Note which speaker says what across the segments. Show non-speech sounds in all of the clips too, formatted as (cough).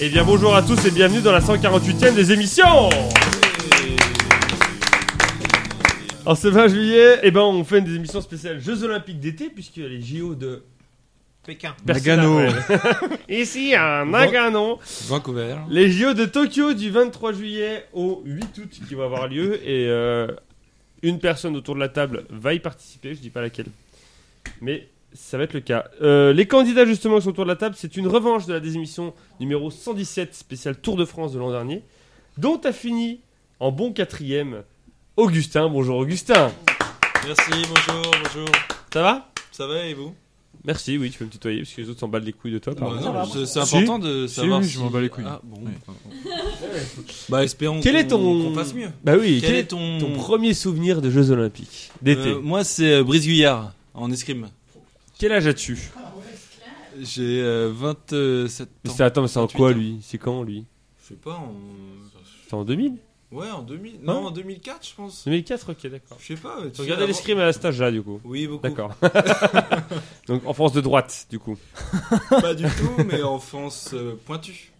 Speaker 1: Eh bien bonjour à tous et bienvenue dans la 148e des émissions En ce 20 juillet, eh ben, on fait une des émissions spéciales Jeux Olympiques d'été puisque les JO de
Speaker 2: Pékin.
Speaker 1: Persona-
Speaker 2: (laughs)
Speaker 3: Nagano.
Speaker 1: Ouais. Ici à Nagano.
Speaker 3: Vancouver.
Speaker 1: Les JO de Tokyo du 23 juillet au 8 août qui vont avoir lieu et euh, une personne autour de la table va y participer, je dis pas laquelle. Mais ça va être le cas. Euh, les candidats justement qui sont autour de la table, c'est une revanche de la désémission numéro 117 spéciale Tour de France de l'an dernier, dont a fini en bon quatrième Augustin. Bonjour Augustin,
Speaker 2: Merci, bonjour, bonjour.
Speaker 1: ça va
Speaker 2: Ça va et vous
Speaker 1: Merci, oui, tu peux me tutoyer parce que les autres s'emballent les couilles de toi. pardon.
Speaker 2: Bah, non,
Speaker 4: va.
Speaker 2: C'est c'est
Speaker 3: Si.
Speaker 2: important de
Speaker 3: Si,
Speaker 2: savoir.
Speaker 3: oui, je
Speaker 2: si-
Speaker 3: m'en bats les couilles.
Speaker 2: Ah bon.
Speaker 3: Oui.
Speaker 2: Bah espérons
Speaker 1: Quel
Speaker 2: qu'on-
Speaker 1: est ton-
Speaker 2: qu'on fasse mieux.
Speaker 1: Bah oui,
Speaker 2: Quel est ton
Speaker 1: ton premier souvenir de Jeux Olympiques d'été
Speaker 2: Euh, Moi c'est euh, Brice Guyard en escrime.
Speaker 1: Quel âge as-tu
Speaker 2: J'ai euh, 27
Speaker 1: Mais
Speaker 2: ans.
Speaker 1: c'est- attends, mais c'est en
Speaker 2: 28
Speaker 1: quoi
Speaker 2: ans.
Speaker 1: lui C'est quand lui
Speaker 2: Je sais pas en
Speaker 1: C'est en 2000
Speaker 2: Ouais, en 2000 Non, en 2004 je pense.
Speaker 1: 2004, ok, d'accord.
Speaker 2: Je sais pas.
Speaker 1: Tu regardais l'escrime à la stage là, du coup
Speaker 2: Oui, beaucoup.
Speaker 1: D'accord. (laughs) Donc en France de droite, du coup.
Speaker 2: Pas du tout, mais en France euh, pointu.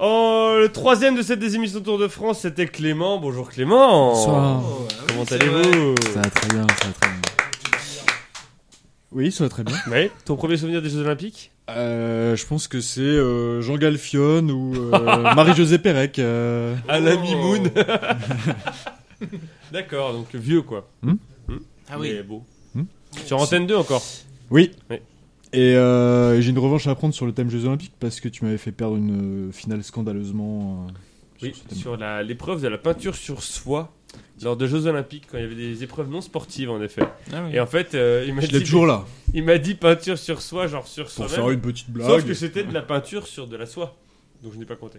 Speaker 1: Oh, le troisième de cette des émissions Tour de France, c'était Clément. Bonjour Clément.
Speaker 3: Bonsoir.
Speaker 2: ah oui,
Speaker 1: Comment
Speaker 2: c'est vrai.
Speaker 1: allez-vous
Speaker 3: Ça va très bien, ça va très bien. Oui, ça va très bien.
Speaker 1: Oui, ton premier souvenir des Jeux Olympiques
Speaker 3: Euh, je pense que c'est euh, Jean Galfion ou (laughs) euh, Marie-Josée Pérec. euh.
Speaker 1: À
Speaker 2: la Mimoun.
Speaker 1: Oh. (laughs) D'accord, donc vieux quoi.
Speaker 2: Ah oui.
Speaker 1: Mais beau.
Speaker 3: Hmm
Speaker 1: Sur Antenne 2 encore.
Speaker 3: Oui.
Speaker 1: Oui.
Speaker 3: Et euh, j'ai une revanche à prendre sur le thème Jeux Olympiques parce que tu m'avais fait perdre une euh, finale scandaleusement. euh,
Speaker 1: Oui,
Speaker 3: sur ce thème.
Speaker 1: sur la- l'épreuve de la peinture sur soie lors de Jeux Olympiques, quand il y avait des épreuves non sportives en effet.
Speaker 2: Ah oui.
Speaker 1: Et en fait, euh, il m'a
Speaker 3: Je l'ai
Speaker 1: dit,
Speaker 3: toujours là
Speaker 1: il m'a dit peinture sur soie, genre sur
Speaker 3: pour
Speaker 1: soi-même.
Speaker 3: faire une petite
Speaker 1: Sauf que
Speaker 3: blague.
Speaker 1: c'était de la peinture sur de la soie. Donc je n'ai pas compté.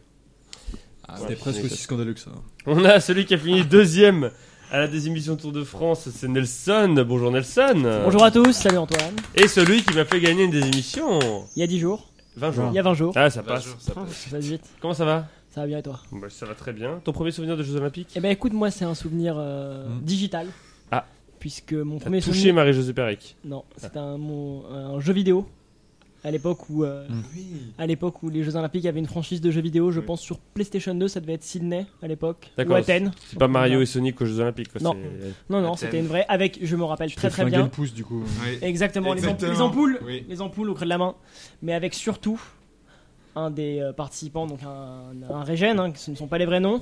Speaker 2: Ah,
Speaker 3: C'était presque aussi scandaleux que ça.
Speaker 1: On a celui qui a fini deuxième à la désémission Tour de France, c'est Nelson. Bonjour Nelson.
Speaker 4: Bonjour à tous, salut Antoine.
Speaker 1: Et celui qui m'a fait gagner une désémission.
Speaker 4: Il y a 10 jours,
Speaker 1: 20 jours.
Speaker 4: il y a 20 jours.
Speaker 1: Ah, ça
Speaker 2: bah,
Speaker 1: passe.
Speaker 2: je- ça
Speaker 4: Ah,
Speaker 2: passe.
Speaker 4: ça passe vite.
Speaker 1: Comment ça va
Speaker 4: Ça va bien et toi
Speaker 1: Bah, Ça va très bien. Ton premier souvenir de Jeux Olympiques
Speaker 4: Eh ben écoute, moi c'est un souvenir euh,
Speaker 3: Hmm.
Speaker 4: digital.
Speaker 1: Ah.
Speaker 4: Puisque mon
Speaker 1: T'as
Speaker 4: premier
Speaker 1: touché
Speaker 4: souvenir.
Speaker 1: Marie-Josée Pérec.
Speaker 4: Non, c'était un, mon- un jeu vidéo. À l'époque où, euh,
Speaker 2: Oui.
Speaker 4: à l'époque où les Jeux Olympiques avaient une franchise de jeux vidéo,
Speaker 1: Hmm.
Speaker 4: je
Speaker 1: Oui.
Speaker 4: pense sur PlayStation 2, ça devait être Sydney à l'époque. Ou
Speaker 1: D'accord,
Speaker 4: Athènes.
Speaker 1: C'est pas Mario et Sonic aux Jeux Olympiques. quoi,
Speaker 4: Non.
Speaker 1: c'est-
Speaker 4: Non, non,
Speaker 2: Athènes.
Speaker 4: c'était une vraie. Avec, je me rappelle
Speaker 3: Tu
Speaker 4: très
Speaker 3: t'es
Speaker 4: très
Speaker 3: flingué
Speaker 4: bien.
Speaker 3: le pouce du coup.
Speaker 2: Oui.
Speaker 4: Exactement, les, ampou- les
Speaker 2: Exactement.
Speaker 4: ampoules,
Speaker 2: Oui.
Speaker 4: les ampoules au creux de la main, mais avec surtout un des euh, participants, donc un, un régène, hein, ce ne sont pas les vrais noms,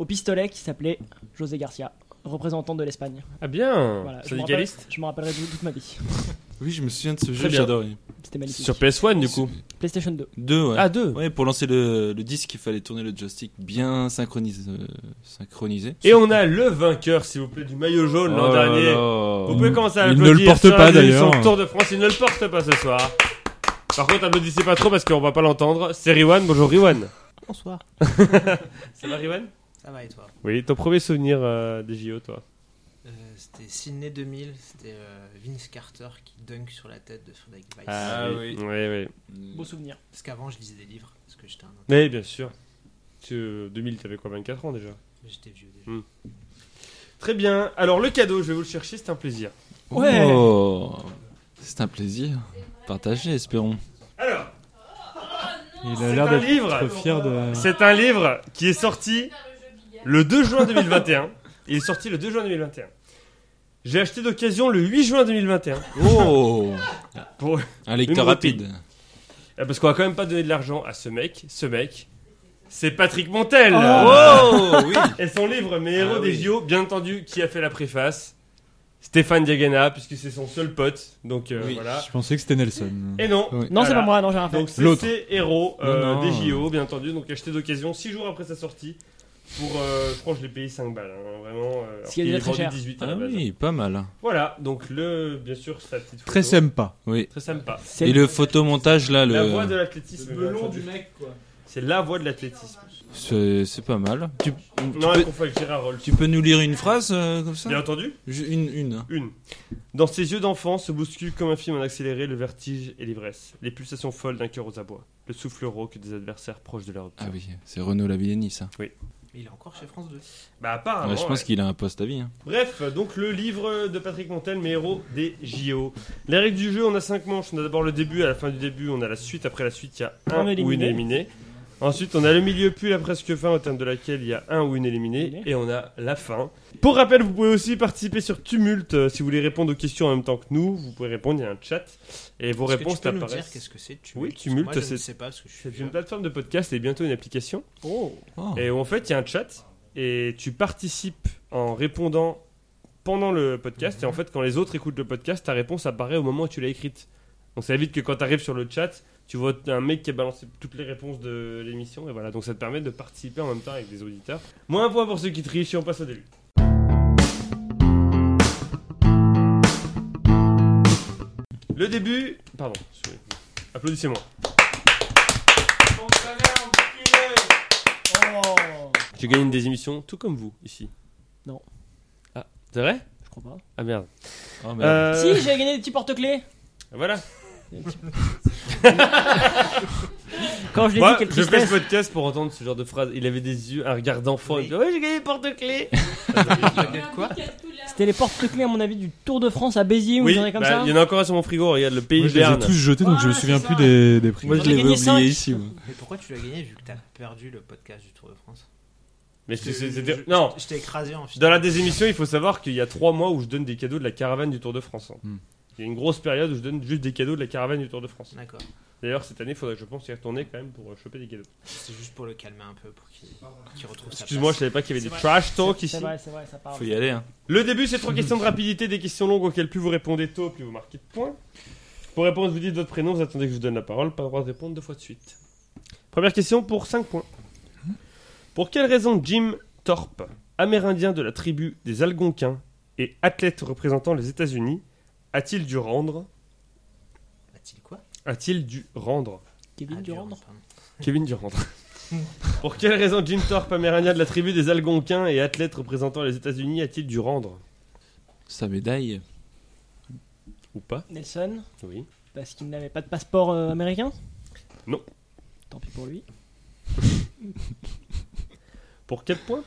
Speaker 4: au pistolet qui s'appelait José Garcia, représentant de l'Espagne.
Speaker 1: Ah bien.
Speaker 4: Voilà, je me rappelle-
Speaker 1: Syndicaliste.
Speaker 4: je me rappellerai tout- toute ma vie. (laughs)
Speaker 2: Oui, je me souviens de ce
Speaker 1: Très
Speaker 2: jeu,
Speaker 1: bien.
Speaker 2: j'adorais.
Speaker 4: C'était magnifique.
Speaker 1: Sur PS1 du coup.
Speaker 4: PlayStation 2.
Speaker 2: Deux, ouais.
Speaker 1: Ah deux.
Speaker 2: Ouais, pour lancer le, le disque, il fallait tourner le joystick bien synchronisé. euh, synchronisé.
Speaker 1: Et on a le vainqueur, s'il vous plaît, du maillot jaune l'an
Speaker 2: Oh là
Speaker 1: dernier.
Speaker 2: là.
Speaker 1: Vous pouvez commencer à
Speaker 3: Il ne
Speaker 1: l'applaudir
Speaker 3: le porte
Speaker 1: sur la
Speaker 3: pas,
Speaker 1: démission
Speaker 3: d'ailleurs.
Speaker 1: Tour de France, il ne le porte pas ce soir. Par contre, applaudissez pas trop parce qu'on va pas l'entendre. C'est Riwan, bonjour Riwan.
Speaker 5: Bonsoir.
Speaker 1: Ça va Riwan
Speaker 5: Ça va et toi
Speaker 1: Oui, ton premier souvenir euh, des JO, toi
Speaker 5: Euh, C'était Sydney 2000, c'était euh, Vince Carter qui dunk sur la tête de Frédéric Weiss.
Speaker 2: Ah
Speaker 1: oui. Euh, Oui, oui.
Speaker 4: Beau souvenir.
Speaker 1: Ah
Speaker 5: Parce qu'avant, je lisais des livres, parce que j'étais un homme.
Speaker 1: Oui, bien sûr. Tu, euh, 2000, t'avais quoi, 24 ans déjà
Speaker 5: Mais J'étais vieux déjà.
Speaker 1: Très bien. Alors, le cadeau, je vais vous le chercher, c'est un plaisir.
Speaker 4: Ouais.
Speaker 2: Oh. C'est un plaisir. Partagé, espérons.
Speaker 1: Alors,
Speaker 3: Il a
Speaker 1: c'est
Speaker 3: l'air
Speaker 1: un
Speaker 3: d'être
Speaker 1: livre.
Speaker 3: trop fier de.
Speaker 1: C'est un livre qui est sorti le 2 juin 2021. Il est sorti le 2 juin 2021. J'ai acheté d'occasion le 8 juin 2021.
Speaker 2: Oh.
Speaker 1: (laughs) Pour-
Speaker 2: Un
Speaker 1: Une
Speaker 2: lecteur
Speaker 1: routine.
Speaker 2: rapide.
Speaker 1: Ah, Parce qu'on va quand même pas donner de l'argent à ce mec. Ce mec, c'est Patrick Montel.
Speaker 2: Oh oui.
Speaker 1: Et son livre Mes héros
Speaker 2: Ah
Speaker 1: des
Speaker 2: oui.
Speaker 1: JO, bien entendu, qui a fait la préface Stéphane Diagana, puisque c'est son seul pote. Donc euh,
Speaker 2: Oui.
Speaker 1: voilà.
Speaker 3: Je pensais que c'était Nelson.
Speaker 1: Et non.
Speaker 2: Oui.
Speaker 4: Non, c'est
Speaker 1: Voilà.
Speaker 4: pas moi, non, j'ai rien fait.
Speaker 1: Donc c'est
Speaker 3: L'autre.
Speaker 1: ses héros euh,
Speaker 2: Non, non.
Speaker 1: des JO, bien entendu. Donc acheté d'occasion 6 jours après sa sortie. Pour, euh, je crois que je l'ai payé 5 balles. hein, vraiment. euh, alors
Speaker 4: Ce qui est
Speaker 1: qu'il
Speaker 4: déjà
Speaker 1: est
Speaker 4: très
Speaker 1: vendu
Speaker 4: cher.
Speaker 1: 18 à la
Speaker 2: Ah
Speaker 1: base. hein.
Speaker 2: oui, pas mal.
Speaker 1: Voilà. Donc le, bien sûr, sa petite photo.
Speaker 3: Très sympa.
Speaker 2: Oui.
Speaker 1: Très sympa.
Speaker 4: C'est
Speaker 2: Et le photomontage là,
Speaker 1: La voix de
Speaker 2: le...
Speaker 1: l'athlétisme. bien entendu.
Speaker 5: mec, quoi.
Speaker 1: C'est la voix de l'athlétisme.
Speaker 2: c'est c'est pas mal. Tu, tu
Speaker 5: Mmh,
Speaker 1: Non, elle
Speaker 2: peux,
Speaker 1: confond avec Gérard Rolls.
Speaker 2: tu peux nous lire une phrase euh, comme ça
Speaker 1: Bien entendu.
Speaker 2: Ju- Une, une.
Speaker 1: Une. Dans ses yeux d'enfant se bouscule comme un film en accéléré le vertige et l'ivresse, les pulsations folles d'un cœur aux abois, le souffle rauque des adversaires proches de la rupture.
Speaker 2: Ah oui, c'est Renaud Lavillenie ça.
Speaker 5: Mais il est encore chez France 2.
Speaker 1: Bah, apparemment.
Speaker 2: Ouais, je pense
Speaker 1: ouais.
Speaker 2: qu'il a un poste à vie. hein.
Speaker 1: Bref, donc le livre de Patrick Montel, mes héros des JO. Les règles du jeu, on a 5 manches. On a d'abord le début, à la fin du début, on a la suite. Après la suite, il y a un
Speaker 4: Un
Speaker 1: ou une
Speaker 4: éliminé.
Speaker 1: éliminée. Ensuite, on a le milieu, puis la presque fin, au terme de laquelle il y a un ou une éliminée.
Speaker 4: Éliminé.
Speaker 1: Et on a la fin. Pour rappel, vous pouvez aussi participer sur Tumult. euh, Si vous voulez répondre aux questions en même temps que nous, vous pouvez répondre. Il y a un chat. Et vos
Speaker 5: Est-ce que
Speaker 1: réponses
Speaker 5: tu peux nous dire
Speaker 1: apparaissent.
Speaker 5: qu'est-ce que c'est tu
Speaker 1: Oui, Tumult,
Speaker 5: Moi, je
Speaker 1: c'est-
Speaker 5: ne sais pas parce que je suis
Speaker 1: C'est une
Speaker 5: vieux.
Speaker 1: plateforme de podcast et bientôt une application.
Speaker 4: Oh,
Speaker 2: Oh.
Speaker 1: Et où, en fait, il y a un chat et tu participes en répondant pendant le podcast. Et en fait, quand les autres écoutent le podcast, ta réponse apparaît au moment où tu l'as écrite. Donc ça évite que quand tu arrives sur le chat, tu vois un mec qui a balancé toutes les réponses de l'émission. Et voilà, donc ça te permet de participer en même temps avec des auditeurs. Moins un point pour ceux qui trichent et on passe au début. Le début. Pardon, sorry. applaudissez-moi.
Speaker 4: oh.
Speaker 1: Je gagne des émissions tout comme vous ici.
Speaker 4: Non.
Speaker 1: Ah, c'est vrai
Speaker 4: Je crois pas.
Speaker 1: Ah merde.
Speaker 2: Oh, merde.
Speaker 1: Euh,
Speaker 4: Si, j'ai gagné des petits porte-clés.
Speaker 1: Voilà.
Speaker 4: Quand je l'ai
Speaker 1: Moi,
Speaker 4: dit, quelle
Speaker 1: je fais ce
Speaker 4: tristesse.
Speaker 1: podcast pour entendre ce genre de phrase. Il avait des yeux, un regard d'enfant.
Speaker 5: Oui.
Speaker 1: Il dit, Ouais, j'ai gagné le
Speaker 4: (laughs)
Speaker 1: porte-clés.
Speaker 5: Quoi
Speaker 4: C'était les porte-clés, à mon avis, du Tour de France à Béziers ou une journée comme
Speaker 1: bah,
Speaker 4: ça.
Speaker 1: il y en a encore un sur mon frigo. Regarde le pays
Speaker 3: Moi,
Speaker 1: de
Speaker 3: je les ai
Speaker 1: Berne.
Speaker 3: tous jetés, donc je me
Speaker 4: Ouais,
Speaker 3: souviens
Speaker 4: c'est
Speaker 3: plus
Speaker 4: ça.
Speaker 3: des, des prix.
Speaker 2: Moi, je
Speaker 4: J'en ai
Speaker 2: l'avais
Speaker 4: gagné
Speaker 2: oublié
Speaker 4: cinq.
Speaker 2: ici. moi.
Speaker 5: Mais pourquoi tu l'as gagné vu que t'as perdu le podcast du Tour de France
Speaker 1: Mais c'est- c'est-
Speaker 5: Je-
Speaker 1: c'était-
Speaker 5: je-
Speaker 1: non.
Speaker 5: Je t'ai écrasé en fait.
Speaker 1: Dans la désémission, il faut savoir qu'il y a trois mois où je donne des cadeaux de la caravane du Tour de France. hein.
Speaker 3: Hmm.
Speaker 1: Il y a une grosse période où je donne juste des cadeaux de la caravane du Tour de France.
Speaker 5: D'accord.
Speaker 1: D'ailleurs, cette année, il faudrait, je pense, y retourner quand même pour euh, choper des cadeaux.
Speaker 5: C'est juste pour le calmer un peu, pour qu'il qu'il retrouve sa
Speaker 1: Excuse-moi, je
Speaker 5: place.
Speaker 1: savais pas qu'il y avait des
Speaker 4: C'est
Speaker 1: trash talk ici.
Speaker 4: C'est vrai, c'est vrai, ça parle.
Speaker 2: Faut y aller. hein.
Speaker 1: Le début, c'est trois questions de rapidité, des questions longues auxquelles plus vous répondez tôt, plus vous marquez de points. Pour répondre, vous dites votre prénom, vous attendez que je vous donne la parole, pas le droit de répondre deux fois de suite. Première question pour 5 points. Pour quelle raison Jim Thorpe, amérindien de la tribu des Algonquins et athlète représentant les États-Unis, a-t-il dû rendre
Speaker 5: A-t-il quoi
Speaker 1: a-t-il dû rendre
Speaker 5: Ah,
Speaker 4: Kevin Durand.
Speaker 5: Durand, pardon.
Speaker 1: Kevin Durant. (laughs) Pour quelle raison Jim Thorpe, amérindien de la tribu des Algonquins et athlète représentant les États-Unis, a-t-il dû rendre
Speaker 2: Sa médaille.
Speaker 1: Ou pas
Speaker 4: Nelson,
Speaker 1: Oui.
Speaker 4: parce qu'il n'avait pas de passeport euh, américain
Speaker 1: Non.
Speaker 4: Tant pis pour lui.
Speaker 1: Pour 4 points.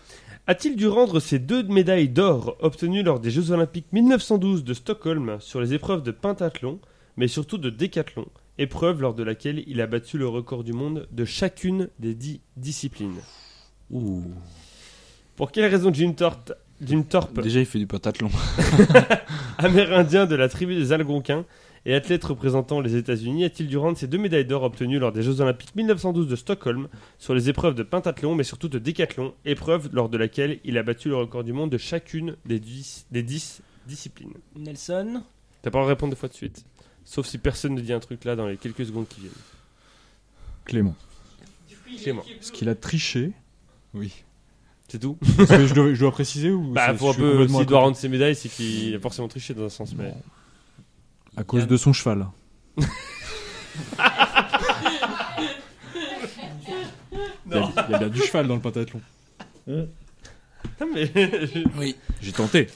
Speaker 1: A-t-il dû rendre ses deux médailles d'or obtenues lors des Jeux Olympiques 1912 de Stockholm sur les épreuves de pentathlon, mais surtout de décathlon, épreuve lors de laquelle il a battu le record du monde de chacune des 10 disciplines
Speaker 2: Ouh.
Speaker 1: Pour quelle raison Jim Thorpe, Jim Thorpe
Speaker 2: Déjà, il fait du pentathlon.
Speaker 1: amérindien de la tribu des Algonquins et athlète représentant les États-Unis, a-t-il dû rendre ses deux médailles d'or obtenues lors des Jeux Olympiques 1912 de Stockholm sur les épreuves de pentathlon, mais surtout de décathlon, épreuve lors de laquelle il a battu le record du monde de chacune des 10, des 10 disciplines
Speaker 4: Nelson,
Speaker 1: T'as pas à répondre deux fois de suite, sauf si personne ne dit un truc là dans les quelques secondes qui viennent.
Speaker 3: Clément.
Speaker 1: Clément,
Speaker 3: Parce qu'il a (laughs) triché.
Speaker 2: (laughs) Oui.
Speaker 1: c'est tout
Speaker 3: Parce que je dois, je dois préciser ou
Speaker 1: Bah,
Speaker 3: c'est-
Speaker 1: faut un
Speaker 3: je suis
Speaker 1: peu,
Speaker 3: complètement
Speaker 1: s'il doit
Speaker 3: à-
Speaker 1: rendre ses médailles, c'est qu'il a forcément triché dans un sens, mais.
Speaker 3: à cause de son cheval. Il y, a, il y a bien du cheval dans le pentathlon.
Speaker 1: Non, mais. (laughs)
Speaker 2: Oui.
Speaker 3: J'ai tenté.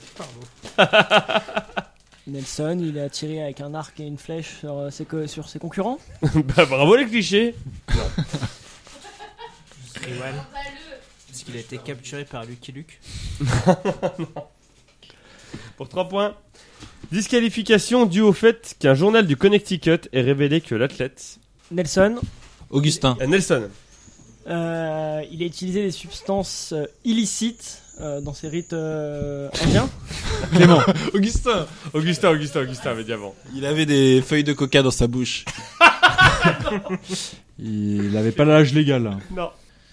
Speaker 4: Nelson, il est attiré avec un arc et une flèche sur, euh, ses, co- sur ses concurrents.
Speaker 1: bah, bravo les clichés
Speaker 5: Riwan. Parce qu'il a été capturé par Lucky Luke.
Speaker 1: Pour 3 points. Disqualification due au fait qu'un journal du Connecticut ait révélé que l'athlète.
Speaker 4: Nelson,
Speaker 2: Augustin.
Speaker 1: Ah, Nelson.
Speaker 4: euh, il a utilisé des substances euh, illicites euh, dans ses rites euh, indiens.
Speaker 3: Clément,
Speaker 2: Augustin
Speaker 1: Augustin, Augustin, Augustin, mais diamant.
Speaker 2: Il avait des feuilles de coca dans sa bouche.
Speaker 3: il avait pas l'âge légal. hein. là.
Speaker 1: Non.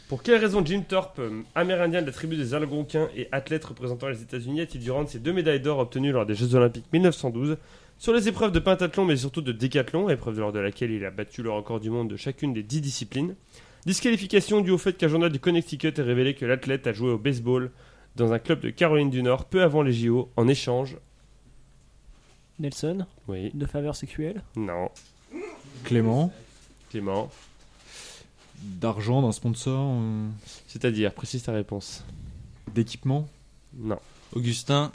Speaker 1: Pour quelle raison Jim Thorpe, euh, amérindien de la tribu des Algonquins et athlète représentant les États-Unis, a-t-il dû rendre ses deux médailles d'or obtenues lors des Jeux Olympiques 1912 sur les épreuves de pentathlon mais surtout de décathlon, épreuve lors de laquelle il a battu le record du monde de chacune des 10 disciplines Disqualification due au fait qu'un journal du Connecticut ait révélé que l'athlète a joué au baseball dans un club de Caroline du Nord peu avant les JO en échange.
Speaker 4: Nelson,
Speaker 1: Oui,
Speaker 4: de faveur sexuelle.
Speaker 1: non,
Speaker 3: Clément,
Speaker 1: Clément.
Speaker 3: d'argent, d'un sponsor, euh,
Speaker 1: C'est-à-dire, précise ta réponse.
Speaker 3: d'équipement.
Speaker 1: Non.
Speaker 2: Augustin,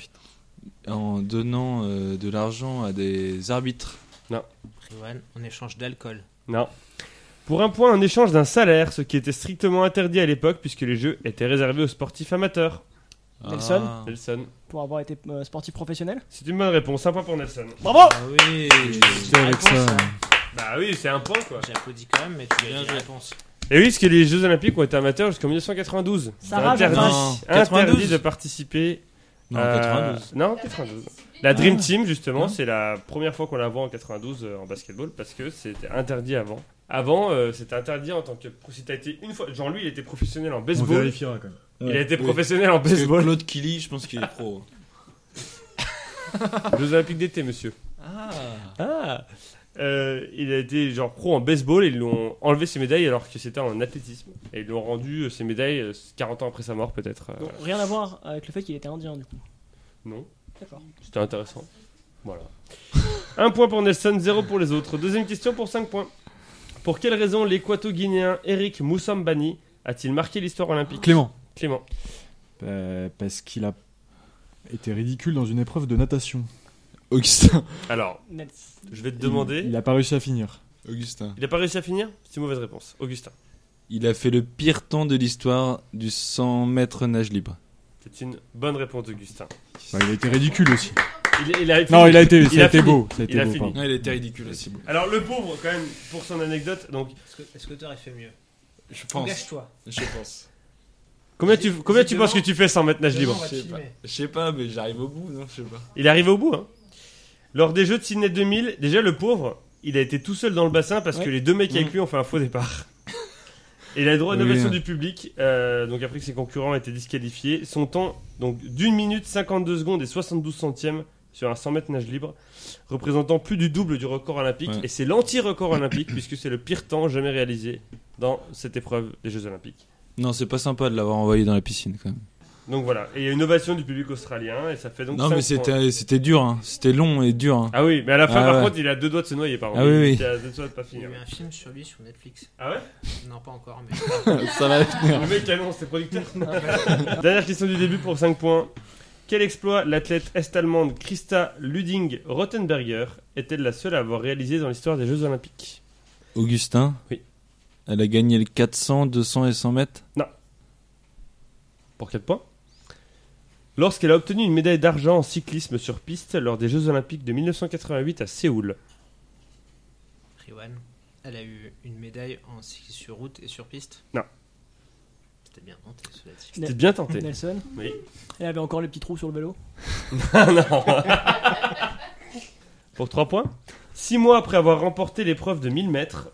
Speaker 2: en donnant euh, de l'argent à des arbitres.
Speaker 5: Riwan, en échange d'alcool.
Speaker 1: Non. Pour un point, un échange d'un salaire, ce qui était strictement interdit à l'époque puisque les jeux étaient réservés aux sportifs amateurs.
Speaker 4: Nelson
Speaker 2: Ah.
Speaker 1: Nelson.
Speaker 4: pour avoir été euh, sportif professionnel.
Speaker 1: C'est une bonne réponse, un point pour Nelson.
Speaker 4: Bravo
Speaker 5: Ah oui
Speaker 3: J'étais avec
Speaker 5: Réponse,
Speaker 3: ça.
Speaker 5: hein.
Speaker 1: Bah oui, c'est un point quoi.
Speaker 5: J'applaudis quand même, mais tu
Speaker 2: Bien
Speaker 5: as une
Speaker 2: joué.
Speaker 5: réponse.
Speaker 1: Et oui, parce que les Jeux Olympiques ont été amateurs jusqu'en 1992. C'est
Speaker 4: Sarah,
Speaker 1: interdit,
Speaker 4: j'avais-
Speaker 2: Non,
Speaker 1: interdit
Speaker 2: 92.
Speaker 1: de participer.
Speaker 2: Non,
Speaker 1: à-
Speaker 2: 92.
Speaker 1: Non, 92. La Dream Team, justement,
Speaker 2: Ah.
Speaker 1: c'est la première fois qu'on la voit en 92 euh, en basketball parce que c'était interdit avant. Avant, euh, c'était interdit en tant que. Si t'as été une fois. Genre, lui, il était professionnel en
Speaker 3: On
Speaker 1: baseball.
Speaker 3: vérifiera quand même.
Speaker 1: Il a été
Speaker 2: Oui.
Speaker 1: professionnel en
Speaker 2: Parce que
Speaker 1: baseball.
Speaker 2: Claude Killy, je pense qu'il est pro. hein.
Speaker 1: Jeux Olympiques d'été, monsieur.
Speaker 2: Ah.
Speaker 1: Ah Il a été genre pro en baseball et ils lui ont enlevé ses médailles alors que c'était en athlétisme. Et ils lui ont rendu euh, ses médailles euh, 40 ans après sa mort, peut-être. Euh,
Speaker 4: Donc, rien à voir avec le fait qu'il était indien du coup.
Speaker 1: Non.
Speaker 4: D'accord.
Speaker 1: C'était intéressant. Voilà. (laughs) Un point pour Nelson, zéro pour les autres. Deuxième question pour 5 points. Pour quelle raison l'équato-guinéen Eric Moussambani a-t-il marqué l'histoire olympique
Speaker 3: Clément.
Speaker 1: Clément.
Speaker 3: Bah, parce qu'il a été ridicule dans une épreuve de natation.
Speaker 2: Augustin. (laughs)
Speaker 1: Alors,
Speaker 4: Nets.
Speaker 1: je vais te
Speaker 3: Il,
Speaker 1: demander.
Speaker 3: il a pas réussi à finir.
Speaker 2: Augustin.
Speaker 1: Il n'a pas réussi à finir C'est une mauvaise réponse. Augustin.
Speaker 2: Il a fait le pire temps de l'histoire du 100 mètres nage libre.
Speaker 1: C'est une bonne réponse, Augustin.
Speaker 3: Bah, il a été ridicule aussi.
Speaker 1: Il, il a
Speaker 3: Non, il a été,
Speaker 1: il
Speaker 3: ça a été
Speaker 1: fini.
Speaker 3: beau. Ça a été
Speaker 1: Il a
Speaker 3: beau,
Speaker 1: fini.
Speaker 3: pardon.
Speaker 2: il était ridicule aussi.
Speaker 1: Alors, le pauvre, quand même, pour son anecdote. Donc,
Speaker 5: Est-ce que- Est-ce que tu aurais fait mieux
Speaker 2: Je
Speaker 5: Engage-toi.
Speaker 2: Je pense.
Speaker 1: combien tu, combien tu
Speaker 5: Demain-
Speaker 1: penses que tu fais 100 mètres nage
Speaker 5: Demain,
Speaker 1: libre
Speaker 5: on va te
Speaker 2: Je sais
Speaker 5: filmer.
Speaker 2: Je sais pas, mais j'arrive au bout, non Je sais pas.
Speaker 1: Il est arrivé au bout. Hein. Lors des Jeux de Sydney 2000, déjà le pauvre, il a été tout seul dans le bassin parce que
Speaker 4: Ouais.
Speaker 1: les deux mecs avec
Speaker 2: Mhm.
Speaker 1: lui ont fait un faux départ. (laughs) Et il a droit à une
Speaker 3: Oui,
Speaker 1: ovation
Speaker 3: hein.
Speaker 1: du public, euh, donc après que ses concurrents étaient disqualifiés. Son temps, donc d'une minute 52 secondes et 72 centièmes sur un 100 mètres nage libre, représentant plus du double du record olympique.
Speaker 2: Ouais.
Speaker 1: Et c'est l'anti-record olympique puisque c'est le pire temps jamais réalisé dans cette épreuve des Jeux olympiques.
Speaker 2: Non, c'est pas sympa de l'avoir envoyé dans la piscine quand même.
Speaker 1: Donc voilà, et il y a une ovation du public australien et ça fait donc
Speaker 2: non,
Speaker 1: cinq
Speaker 2: mais
Speaker 1: points.
Speaker 2: c'était c'était dur, hein. c'était long et dur. hein.
Speaker 1: Ah oui, mais à la fin,
Speaker 2: Ah
Speaker 1: par
Speaker 2: ouais.
Speaker 1: contre, il a deux doigts de se noyer, par contre.
Speaker 2: Ah oui, oui.
Speaker 1: Il a deux doigts de pas
Speaker 5: Il y a
Speaker 1: finir.
Speaker 5: eu un film sur lui sur Netflix.
Speaker 1: Ah
Speaker 2: (laughs)
Speaker 1: ouais
Speaker 5: Non, pas encore, mais. (laughs)
Speaker 1: Ah.
Speaker 2: Ça va venir.
Speaker 1: Le mec annonce, c'est producteur. (laughs) Dernière question du début pour 5 points. Quel exploit l'athlète est-allemande Christa Luding Rottenberger est-elle la seule à avoir réalisé dans l'histoire des Jeux Olympiques
Speaker 2: Augustin
Speaker 1: Oui.
Speaker 2: Elle a gagné le 400, 200 et 100 mètres
Speaker 1: Pour 4 points Lorsqu'elle a obtenu une médaille d'argent en cyclisme sur piste lors des Jeux Olympiques de 1988 à Séoul.
Speaker 5: Riwan, elle a eu une médaille en ski sur route et sur piste
Speaker 1: Non.
Speaker 5: C'était bien tenté, cela dit.
Speaker 1: C'était bien tenté.
Speaker 4: Nelson.
Speaker 1: Oui.
Speaker 4: Elle avait encore les petits trous sur le vélo.
Speaker 1: (laughs) Pour 3 points. 6 mois après avoir remporté l'épreuve de 1000 mètres,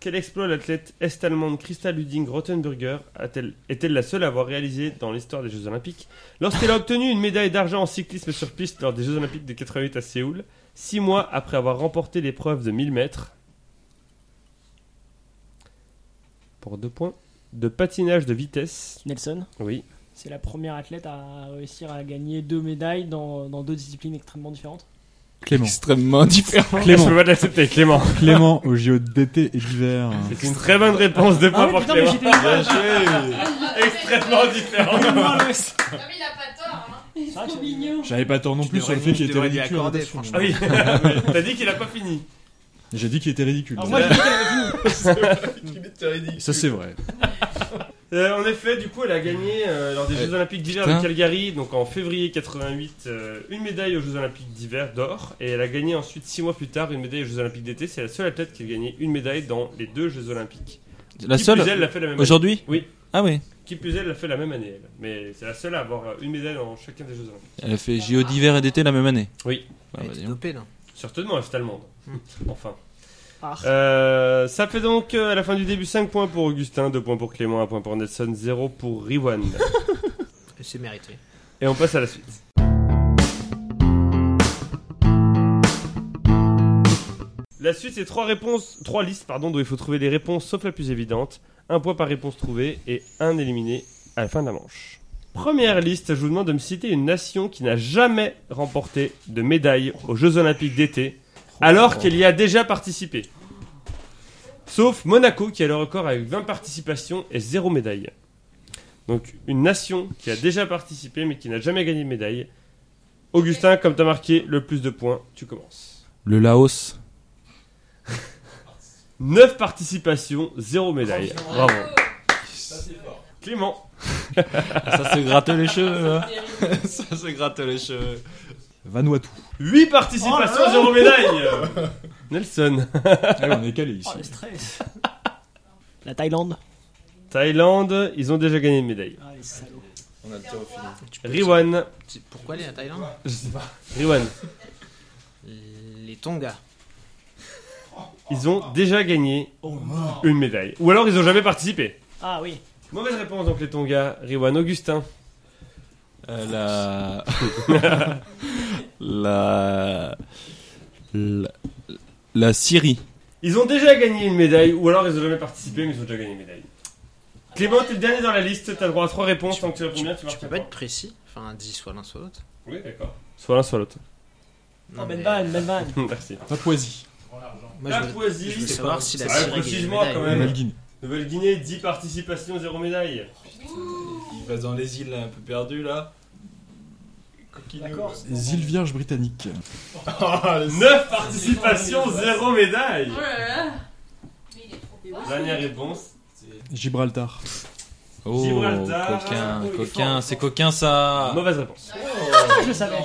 Speaker 1: quel exploit l'athlète est-allemande Christa Luding Rottenberger a-t-elle- est-elle la seule à avoir réalisé dans l'histoire des Jeux Olympiques Lorsqu'elle a obtenu une médaille d'argent en cyclisme sur piste lors des Jeux Olympiques de 88 à Séoul, 6 mois après avoir remporté l'épreuve de 1000 mètres, pour 2 points, de patinage de vitesse,
Speaker 4: Nelson.
Speaker 1: oui,
Speaker 4: C'est la première athlète à réussir à gagner deux médailles dans, dans deux disciplines extrêmement différentes.
Speaker 3: Clément.
Speaker 2: Extrêmement différent.
Speaker 1: je
Speaker 3: Clément.
Speaker 1: peux pas l'accepter, Clément.
Speaker 3: Clément au JO d'été et d'hiver.
Speaker 1: C'est une très bonne réponse de
Speaker 4: Ah
Speaker 1: pas
Speaker 4: ouais,
Speaker 1: pour
Speaker 4: putain, mais
Speaker 1: Clément.
Speaker 4: j'étais nul.
Speaker 1: extrêmement différent.
Speaker 4: (laughs)
Speaker 6: Non, Ah, mais il a pas tort, hein.
Speaker 4: Ah,
Speaker 6: Trop
Speaker 4: j'ai-
Speaker 6: mignon.
Speaker 3: J'avais pas tort non
Speaker 5: Tu
Speaker 3: plus sur le
Speaker 5: devrais-
Speaker 3: fait
Speaker 5: tu
Speaker 3: qu'il était
Speaker 5: devrais lui
Speaker 3: ridicule. en
Speaker 5: accorder,
Speaker 3: natation.
Speaker 1: Ah oui, (laughs) t'as dit qu'il a pas fini.
Speaker 3: J'ai dit qu'il était ridicule.
Speaker 4: Alors moi, j'ai dit qu'elle avait fini.
Speaker 3: Ça c'est vrai.
Speaker 1: Euh, en effet, du coup, elle a gagné euh, lors des
Speaker 2: Ouais.
Speaker 1: Jeux Olympiques d'hiver
Speaker 2: Putain.
Speaker 1: de Calgary, donc en février 88, euh, une médaille aux Jeux Olympiques d'hiver d'or, et elle a gagné ensuite six mois plus tard une médaille aux Jeux Olympiques d'été. C'est la seule athlète qui a gagné une médaille dans les deux Jeux Olympiques.
Speaker 2: (laughs) La
Speaker 1: Qui plus elle
Speaker 2: seule
Speaker 1: l'a fait la même année.
Speaker 2: Aujourd'hui
Speaker 1: Oui.
Speaker 2: Ah oui.
Speaker 1: Qui plus elle l'a fait la même année. elle. Mais c'est la seule à avoir euh, une médaille dans chacun des Jeux Olympiques.
Speaker 2: Elle a fait JO d'hiver et d'été la même année.
Speaker 1: Oui.
Speaker 2: Ah, bah,
Speaker 5: elle était
Speaker 2: dis donc.
Speaker 5: dopée, non
Speaker 1: Certainement, elle est allemande. (laughs) Enfin.
Speaker 4: Ah.
Speaker 1: Euh, ça fait donc euh, à la fin du début 5 points pour Augustin, 2 points pour Clément, 1 point pour Nelson, 0 pour Riwan.
Speaker 5: C'est mérité.
Speaker 1: Et on passe à la suite. La suite, c'est trois réponses, trois listes, pardon, dont il faut trouver les réponses sauf la plus évidente. Un point par réponse trouvée et un éliminé à la fin de la manche. Première liste, je vous demande de me citer une nation qui n'a jamais remporté de médaille aux Jeux Olympiques d'été alors qu'elle y a déjà participé. Sauf Monaco qui a le record avec 20 participations et 0 médaille. Donc une nation qui a déjà participé mais qui n'a jamais gagné de médaille. Augustin, comme t'as marqué le plus de points, tu commences.
Speaker 2: Le Laos.
Speaker 1: 9 participations, 0 médaille. Bravo. Clément,
Speaker 2: Ça se gratte les cheveux. hein. (laughs)
Speaker 6: Terrible.
Speaker 2: Ça se gratte les cheveux.
Speaker 3: Vanuatu.
Speaker 1: 8 participations, 0 médaille. (laughs) Nelson,
Speaker 3: Ah oui, on est calé ici.
Speaker 4: Oh, le stress La Thaïlande
Speaker 1: Thaïlande, ils ont déjà gagné une médaille.
Speaker 4: Ah, les salauds.
Speaker 2: On a le tir au filet.
Speaker 1: Riwan,
Speaker 5: C'est- Pourquoi aller à Thaïlande
Speaker 1: je sais pas. Riwan,
Speaker 5: Les Tonga.
Speaker 1: ils ont déjà gagné une médaille. Ou alors ils ont jamais participé.
Speaker 4: Ah oui.
Speaker 1: Mauvaise réponse donc les Tonga. Riwan, Augustin.
Speaker 2: Euh,
Speaker 1: (laughs)
Speaker 2: la... la... la... La Syrie.
Speaker 1: Ils ont déjà gagné une médaille, ou alors ils ont jamais participé, mais ils ont déjà gagné une médaille. Clément, t'es le dernier dans la liste, t'as droit à 3 réponses, tant que tu réponds bien, tu
Speaker 5: Tu
Speaker 1: marques
Speaker 5: peux
Speaker 1: un
Speaker 5: pas
Speaker 1: point.
Speaker 5: être précis Enfin, dis soit l'un soit l'autre.
Speaker 1: Oui, d'accord. Soit l'un, soit l'autre. (laughs)
Speaker 2: Ah,
Speaker 5: Non,
Speaker 4: Oh,
Speaker 5: mais
Speaker 4: ben van, ben van.
Speaker 1: Merci.
Speaker 3: Papouasie.
Speaker 5: Moi, je veux,
Speaker 1: Papouasie,
Speaker 5: je veux
Speaker 1: c'est
Speaker 5: savoir
Speaker 1: pas-
Speaker 5: si la
Speaker 1: Ah,
Speaker 5: Syrie a gagné une
Speaker 1: précise-moi,
Speaker 5: médaille.
Speaker 1: quand même.
Speaker 3: Nouvelle-Guinée.
Speaker 1: Nouvelle-Guinée, 10 participations, 0 médaille.
Speaker 2: Il va dans les îles un peu perdues là.
Speaker 4: D'accord.
Speaker 3: Les îles Vierges britanniques.
Speaker 1: 9 participations, 0 médaille.
Speaker 6: Oh là là. Mais il est trop fort.
Speaker 1: Dernière réponse.
Speaker 3: Gibraltar.
Speaker 2: Oh,
Speaker 1: Gibraltar.
Speaker 2: coquin,
Speaker 1: Oh, il est
Speaker 2: coquin,
Speaker 1: fort.
Speaker 2: c'est coquin ça.
Speaker 1: Mauvaise réponse.
Speaker 4: Ah, je savais.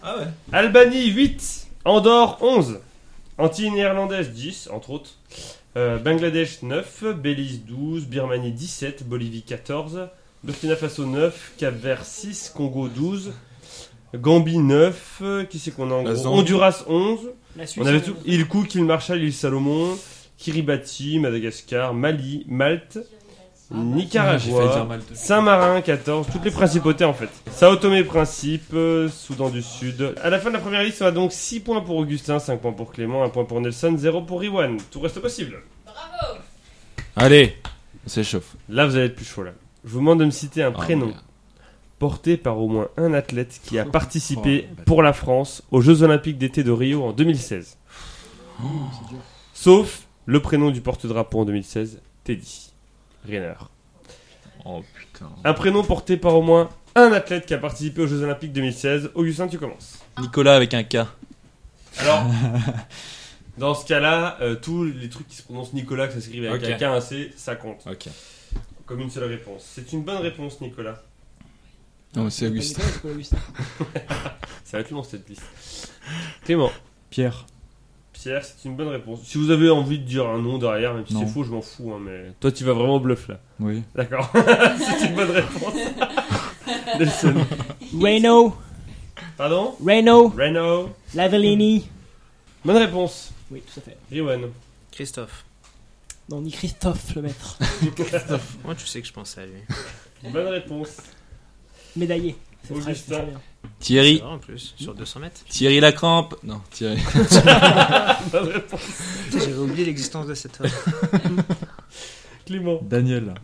Speaker 2: Ah ouais.
Speaker 1: Albanie 8, Andorre 11, Antilles néerlandaises 10, entre autres, Euh, Bangladesh 9, Belize 12, Birmanie 17, Bolivie 14, Burkina Faso 9, Cap Vert 6, Congo 12, Gambie 9, euh, qui c'est qu'on a en
Speaker 2: La
Speaker 1: gros
Speaker 2: Zambie.
Speaker 1: Honduras 11,
Speaker 4: La Suisse.
Speaker 1: on avait
Speaker 4: euh,
Speaker 1: tout, île Cook, île Marshall, île Salomon, Kiribati, Madagascar, Mali, Malte, Ah,
Speaker 3: failli dire
Speaker 1: Nicaragua,
Speaker 3: Malte.
Speaker 1: Saint-Marin 14, toutes les principautés en fait. Sao Tomé et Principe, euh, Soudan du Sud. À la fin de la première liste, on a donc 6 points pour Augustin, 5 points pour Clément, 1 point pour Nelson, 0 pour Riwan. Tout reste possible.
Speaker 6: Bravo.
Speaker 2: Allez, on s'échauffe.
Speaker 1: Là, vous allez être plus chaud là. Je vous demande de me citer un
Speaker 2: Ah,
Speaker 1: prénom
Speaker 2: merde.
Speaker 1: porté par au moins un athlète qui a participé pour la France aux Jeux Olympiques d'été de Rio en 2016. Sauf le prénom du porte-drapeau en 2016, Teddy Riner.
Speaker 2: Oh putain.
Speaker 1: Un prénom porté par au moins un athlète qui a participé aux Jeux Olympiques 2016. Augustin, tu commences.
Speaker 2: Nicolas avec un K. (laughs)
Speaker 1: Alors, dans ce cas-là, euh, tous les trucs qui se prononcent Nicolas, que ça s'écrit avec
Speaker 2: Ok.
Speaker 1: un K, un C, ça compte.
Speaker 2: Ok.
Speaker 1: Comme une seule réponse. C'est une bonne réponse, Nicolas.
Speaker 2: Non, c'est Augustin.
Speaker 4: Nicolas, c'est hein. Augustin.
Speaker 1: Ça va être long cette liste. Clément.
Speaker 3: Pierre.
Speaker 1: Pierre, c'est une bonne réponse. Si vous avez envie de dire un nom derrière, même si
Speaker 3: Non.
Speaker 1: c'est faux, je m'en fous. hein, mais toi, tu vas vraiment bluff là.
Speaker 3: Oui.
Speaker 1: D'accord. (laughs) c'est une bonne réponse. (laughs) Nelson.
Speaker 4: Reno,
Speaker 1: Pardon
Speaker 4: Reno,
Speaker 1: Reno.
Speaker 4: Lavellini.
Speaker 1: Bonne réponse.
Speaker 4: Oui, tout à fait.
Speaker 1: Riwan.
Speaker 5: Christophe.
Speaker 4: Non, ni Christophe le maître.
Speaker 5: Moi, tu sais que je pensais à lui.
Speaker 1: Bonne réponse.
Speaker 4: Médaillé. C'est très,
Speaker 1: Augustin.
Speaker 4: c'est très bien.
Speaker 5: C'est
Speaker 2: Thierry,
Speaker 5: vrai, en plus, sur 200 mètres.
Speaker 2: Thierry Lacrampe. Non, Thierry.
Speaker 1: Bonne réponse.
Speaker 5: J'avais oublié l'existence de euh, cet homme.
Speaker 1: Clément.
Speaker 3: Daniel.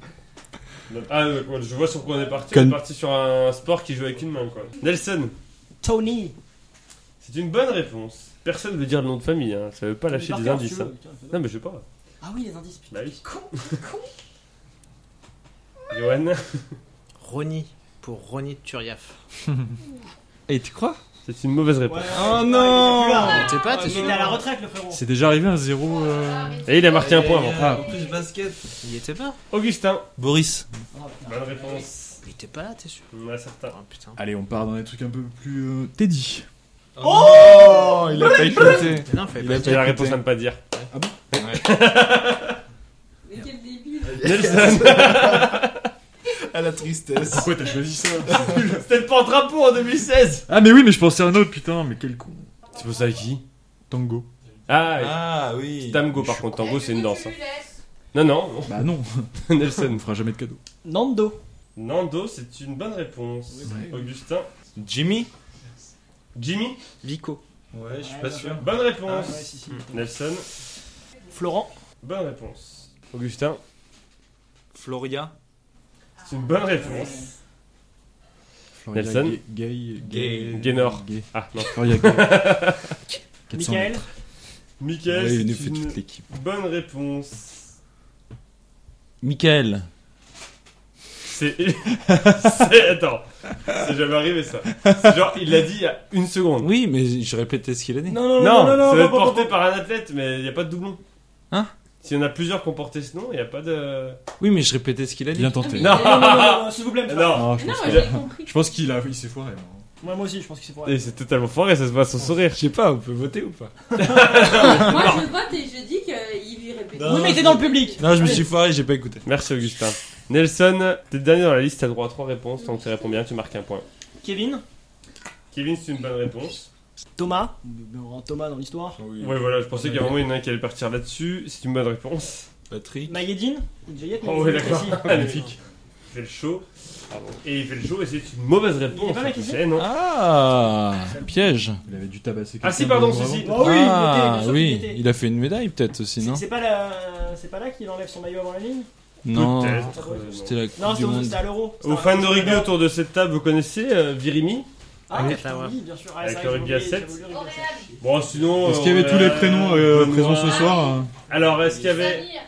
Speaker 1: Ah, euh, quoi, je vois sur quoi on est parti.
Speaker 3: Con-
Speaker 1: On est parti sur un sport qui joue avec une main, quoi. Nelson.
Speaker 4: Tony.
Speaker 1: C'est une bonne réponse. Personne veut dire le nom de famille, hein. ça veut pas lâcher des
Speaker 4: Parker, si tu
Speaker 1: indices.
Speaker 4: veux.
Speaker 1: hein. Non, mais je sais pas.
Speaker 4: Ah oui, les indices. putain.
Speaker 1: Bah oui. Johan.
Speaker 5: Ronny, pour Ronny de Turiaf.
Speaker 2: Et tu crois
Speaker 1: C'est une mauvaise réponse.
Speaker 2: Oh
Speaker 4: il est
Speaker 2: non
Speaker 4: plus là.
Speaker 5: Tu sais pas,
Speaker 2: Ah,
Speaker 5: t'es
Speaker 4: Il
Speaker 5: sûr
Speaker 4: est à la retraite, le frérot.
Speaker 3: C'est déjà arrivé un zéro.
Speaker 6: Ah,
Speaker 3: euh,
Speaker 1: Et il a marqué un point avant.
Speaker 3: Ah.
Speaker 2: En plus basket.
Speaker 5: Il était pas
Speaker 1: Augustin.
Speaker 2: Boris.
Speaker 1: Bonne réponse.
Speaker 5: Il était pas là, t'es sûr
Speaker 1: On a certain.
Speaker 5: Ah, putain.
Speaker 3: Allez, on part dans des trucs un peu plus. euh, Teddy.
Speaker 2: Ah Oh, il a pas écouté.
Speaker 5: Mais non, fallait
Speaker 2: Il
Speaker 5: pas
Speaker 2: a
Speaker 5: le
Speaker 1: C'est
Speaker 5: dire.
Speaker 1: la réponse à ne pas dire.
Speaker 6: Mais quel débile.
Speaker 1: Nelson.
Speaker 2: À la tristesse.
Speaker 3: Pourquoi t'as
Speaker 1: (laughs)
Speaker 3: choisi ça
Speaker 1: C'était le porte-drapeau en 2016.
Speaker 3: Ah, mais oui, mais je pensais à un autre, putain, mais quel con.
Speaker 1: Tu penses à qui
Speaker 3: Tango.
Speaker 1: Ah, oui.
Speaker 2: Ah oui.
Speaker 1: Tango par contre. Tango,
Speaker 6: Eh,
Speaker 1: c'est une
Speaker 6: du coup,
Speaker 1: danse.
Speaker 6: tu
Speaker 1: hein.
Speaker 6: lui laisses.
Speaker 1: Non, non.
Speaker 3: Bah non, on
Speaker 1: (laughs) Nelson.
Speaker 3: ne fera jamais de cadeau.
Speaker 4: Nando.
Speaker 1: Nando, c'est une bonne réponse. Augustin.
Speaker 2: Jimmy
Speaker 1: Jimmy.
Speaker 5: Vico.
Speaker 2: Ouais, je suis
Speaker 4: pas
Speaker 2: sûr.
Speaker 1: Bonne réponse.
Speaker 4: Ah, ouais, si, si.
Speaker 1: Nelson.
Speaker 4: Florent.
Speaker 1: Bonne réponse. Augustin.
Speaker 2: Floria.
Speaker 1: C'est une bonne réponse.
Speaker 3: Floria
Speaker 1: Nelson.
Speaker 3: Gay- Gay.
Speaker 2: Gay.
Speaker 1: Gaynor.
Speaker 3: Gay.
Speaker 1: Ah, non. (laughs)
Speaker 3: Floria Gay. 400
Speaker 4: Michael.
Speaker 3: mètres.
Speaker 1: Michael,
Speaker 2: il nous
Speaker 1: c'est
Speaker 2: fait
Speaker 1: une
Speaker 2: toute l'équipe.
Speaker 1: bonne réponse.
Speaker 2: Michael.
Speaker 1: C'est. (laughs) c'est- Attends. C'est jamais arrivé ça. C'est genre, il l'a dit il y a une seconde.
Speaker 2: Oui, mais je répétais ce qu'il a dit.
Speaker 4: Non, non,
Speaker 1: Non,
Speaker 4: Oh, non, non,
Speaker 1: ça va
Speaker 4: non, non,
Speaker 1: être
Speaker 4: non,
Speaker 1: porté
Speaker 4: non.
Speaker 1: par un athlète, mais il n'y a pas de doublon.
Speaker 2: Hein
Speaker 1: S'il y en a plusieurs qui ont porté ce nom, il n'y a pas de.
Speaker 2: Oui, mais je répétais ce qu'il a dit.
Speaker 3: Bien tenté.
Speaker 1: Non.
Speaker 4: Non, non, non, non, s'il vous plaît. me faire-
Speaker 1: Non
Speaker 3: Ah, je
Speaker 6: Non,
Speaker 3: pense
Speaker 6: moi
Speaker 3: que-
Speaker 6: j'ai compris.
Speaker 3: je pense qu'il a... il s'est foiré. hein. là.
Speaker 4: Moi, moi aussi, je pense que c'est pour.
Speaker 1: Et c'est totalement foiré, ça se voit sans sourire. Je sais pas, on peut voter ou pas
Speaker 6: Moi je vote et je dis qu'il lui répète.
Speaker 4: Oui, mais t'es dans le public.
Speaker 2: Non, je me suis foiré, j'ai pas écouté.
Speaker 1: Merci Augustin. Nelson, t'es le dernier dans la liste, t'as droit à 3 réponses. Tant que tu réponds bien, tu marques un point.
Speaker 4: Kevin,
Speaker 1: Kevin, c'est une bonne réponse.
Speaker 4: Thomas, on rend Thomas dans l'histoire.
Speaker 1: Ouais, voilà, je pensais qu'il y a vraiment une qui allait partir là-dessus. C'est une bonne réponse.
Speaker 2: Patrick.
Speaker 4: Maguedine, une Jayette, Ah, mais
Speaker 1: Oh, ouais,
Speaker 4: c'est
Speaker 1: d'accord.
Speaker 4: précis.
Speaker 1: Magnifique. Il fait le show. Et il fait le show et c'est une mauvaise réponse.
Speaker 4: Il est pas maquillé
Speaker 1: tu sais, non
Speaker 2: Ah Piège.
Speaker 3: Il avait dû tabasser
Speaker 1: Ah, si,
Speaker 3: quelqu'un
Speaker 1: pardon,
Speaker 3: vraiment.
Speaker 1: si, si.
Speaker 4: Oh
Speaker 2: ah,
Speaker 4: oui, il était, bien sûr qu'il
Speaker 2: oui.
Speaker 4: était.
Speaker 2: Il a fait une médaille peut-être aussi, non
Speaker 4: C'est- C'est pas la, c'est pas là qu'il enlève son maillot avant la ligne.
Speaker 2: Non.
Speaker 4: Ah,
Speaker 1: Peut-être, euh, non.
Speaker 2: C'était la Coupe
Speaker 4: Non,
Speaker 2: du
Speaker 4: c'était
Speaker 2: Monde.
Speaker 4: c'était à l'euro. C'était
Speaker 1: Aux
Speaker 4: un-
Speaker 1: fans de
Speaker 4: c'était
Speaker 1: rugby
Speaker 4: un-
Speaker 1: autour de cette table, vous connaissez euh, Virimi
Speaker 4: Ah,
Speaker 5: Oui.
Speaker 4: putain, oui, bien sûr. Ah,
Speaker 1: Avec
Speaker 4: c'est
Speaker 1: le
Speaker 4: vrai que
Speaker 1: rugby
Speaker 4: j'ai
Speaker 1: à
Speaker 4: oublié,
Speaker 1: sept.
Speaker 4: j'ai oublié le rugby à sept.
Speaker 6: Auréal,
Speaker 1: Bon, sinon.
Speaker 3: Est-ce qu'il y avait
Speaker 1: euh,
Speaker 3: tous les prénoms euh,
Speaker 1: Benoît.
Speaker 3: présents ce soir hein
Speaker 1: Alors, est-ce qu'il y avait.
Speaker 6: Samir,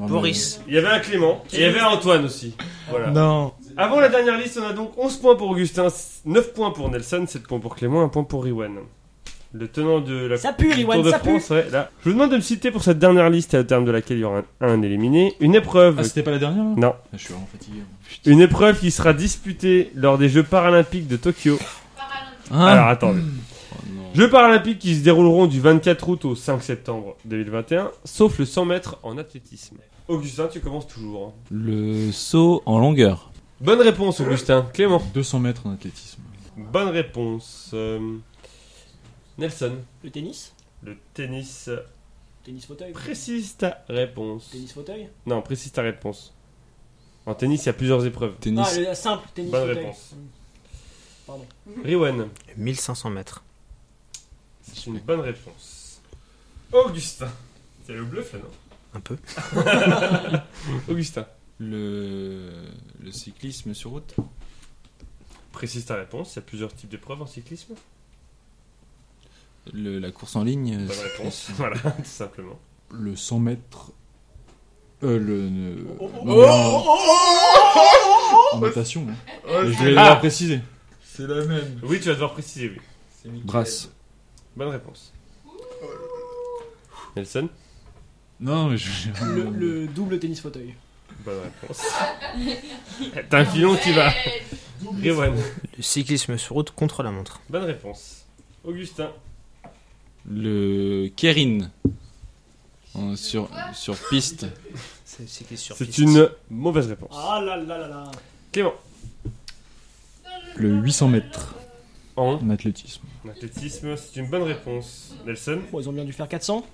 Speaker 3: Non, mais-
Speaker 5: Boris.
Speaker 1: Il y avait un Clément et il y avait un Antoine aussi. Voilà.
Speaker 2: Non.
Speaker 1: Avant la dernière liste, on a donc 11 points pour Augustin, 9 points pour Nelson, 7 points pour Clément, 1 point pour Riwan. Le tenant de la
Speaker 4: Ça pue,
Speaker 1: du
Speaker 4: Riwan,
Speaker 1: Tour de
Speaker 4: ça pue.
Speaker 1: France, ouais, là. Je vous demande de me citer pour cette dernière liste, au terme de laquelle il y aura un, un éliminé, une épreuve,
Speaker 3: Ah, c'était pas la dernière là
Speaker 1: Non.
Speaker 3: Ah, Je suis vraiment fatigué.
Speaker 1: une épreuve qui sera disputée lors des Jeux paralympiques de Tokyo.
Speaker 6: Paralympique.
Speaker 2: Hein?
Speaker 1: Alors attendez.
Speaker 2: Oh, non.
Speaker 1: Jeux paralympiques qui se dérouleront du 24 août au 5 septembre 2021, sauf le 100 mètres en athlétisme. Augustin, tu commences toujours. hein.
Speaker 2: Le saut en longueur.
Speaker 1: Bonne réponse,
Speaker 2: (laughs)
Speaker 1: Augustin. Clément.
Speaker 3: 200 mètres en athlétisme.
Speaker 1: Bonne réponse. Euh, Nelson.
Speaker 4: Le tennis
Speaker 1: Le tennis. euh,
Speaker 4: Tennis fauteuil
Speaker 1: Précise ta réponse.
Speaker 4: Tennis fauteuil
Speaker 1: Non, précise ta réponse. En tennis, il y a plusieurs épreuves.
Speaker 2: Tennis.
Speaker 4: Ah, le simple tennis
Speaker 1: Bonne
Speaker 4: fauteuil.
Speaker 1: réponse.
Speaker 4: Pardon.
Speaker 1: Riwen.
Speaker 5: 1500 mètres.
Speaker 1: C'est une bonne réponse. Augustin. C'est le bluff là, non
Speaker 5: Un peu.
Speaker 1: Augustin.
Speaker 2: Le... le cyclisme sur route.
Speaker 1: Précise ta réponse. Il y a plusieurs types d'épreuves en cyclisme.
Speaker 2: Le... La course en ligne.
Speaker 1: Bonne
Speaker 2: euh,
Speaker 1: réponse. (laughs) voilà, tout simplement.
Speaker 3: Le 100 mètres. Euh, le. ne- non, mais en- En natation. hein. Mais Je vais
Speaker 1: Ah.
Speaker 3: devoir préciser.
Speaker 2: C'est la même.
Speaker 1: Oui, tu vas devoir préciser, oui.
Speaker 3: Brasse.
Speaker 1: Bonne réponse. Nelson.
Speaker 3: Non, mais je.
Speaker 4: Le, le double tennis fauteuil.
Speaker 1: Bonne réponse. T'as un filon qui va.
Speaker 6: Ouais.
Speaker 1: Riwan.
Speaker 5: Le cyclisme sur route contre la montre.
Speaker 1: Bonne réponse. Augustin.
Speaker 2: Le Kerin. En- Sur... sur piste.
Speaker 5: C'est le cyclisme sur
Speaker 1: C'est
Speaker 5: piste.
Speaker 1: une mauvaise réponse.
Speaker 4: Ah là là là là
Speaker 1: Clément.
Speaker 3: Le 800 mètres
Speaker 1: En
Speaker 3: en athlétisme.
Speaker 1: En Athlétisme, c'est une bonne réponse. Nelson
Speaker 4: Bon, ils ont bien dû faire 400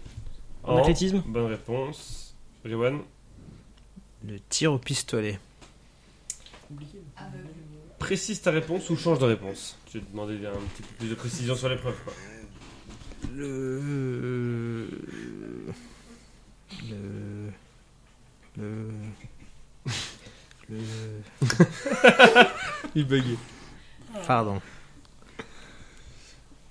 Speaker 4: en
Speaker 1: en
Speaker 4: athlétisme.
Speaker 1: Bonne réponse. Riwan
Speaker 5: Le tir au pistolet.
Speaker 1: Précise ta réponse ou change de réponse Tu as demandé un petit peu plus de précision sur l'épreuve. quoi.
Speaker 5: Le. Le. Le. Le.
Speaker 1: (laughs) Il buguait.
Speaker 5: Pardon.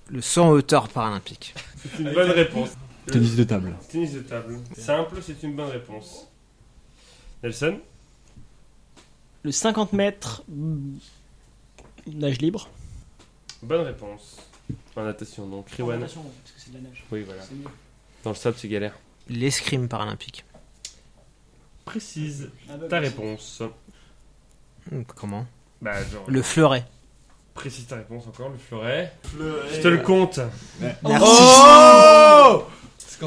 Speaker 5: Le saut en hauteur paralympique.
Speaker 1: C'est une bonne réponse.
Speaker 3: Tennis de table.
Speaker 1: Tennis de table. Simple, c'est une bonne réponse. Nelson
Speaker 4: Le 50 mètres. mm, Nage libre.
Speaker 1: Bonne réponse. En natation donc. Riwan
Speaker 4: Attention, parce que c'est de la nage.
Speaker 1: Oui, voilà.
Speaker 4: C'est mieux.
Speaker 1: Dans le sable, c'est galère.
Speaker 5: L'escrime paralympique.
Speaker 1: Précise
Speaker 4: Aveugle
Speaker 1: ta
Speaker 4: aussi.
Speaker 1: réponse.
Speaker 5: Hum, Comment
Speaker 1: Bah, genre.
Speaker 5: Le fleuret.
Speaker 1: Précise ta réponse encore, le fleuret. Je te le compte.
Speaker 5: Merci.
Speaker 3: Oh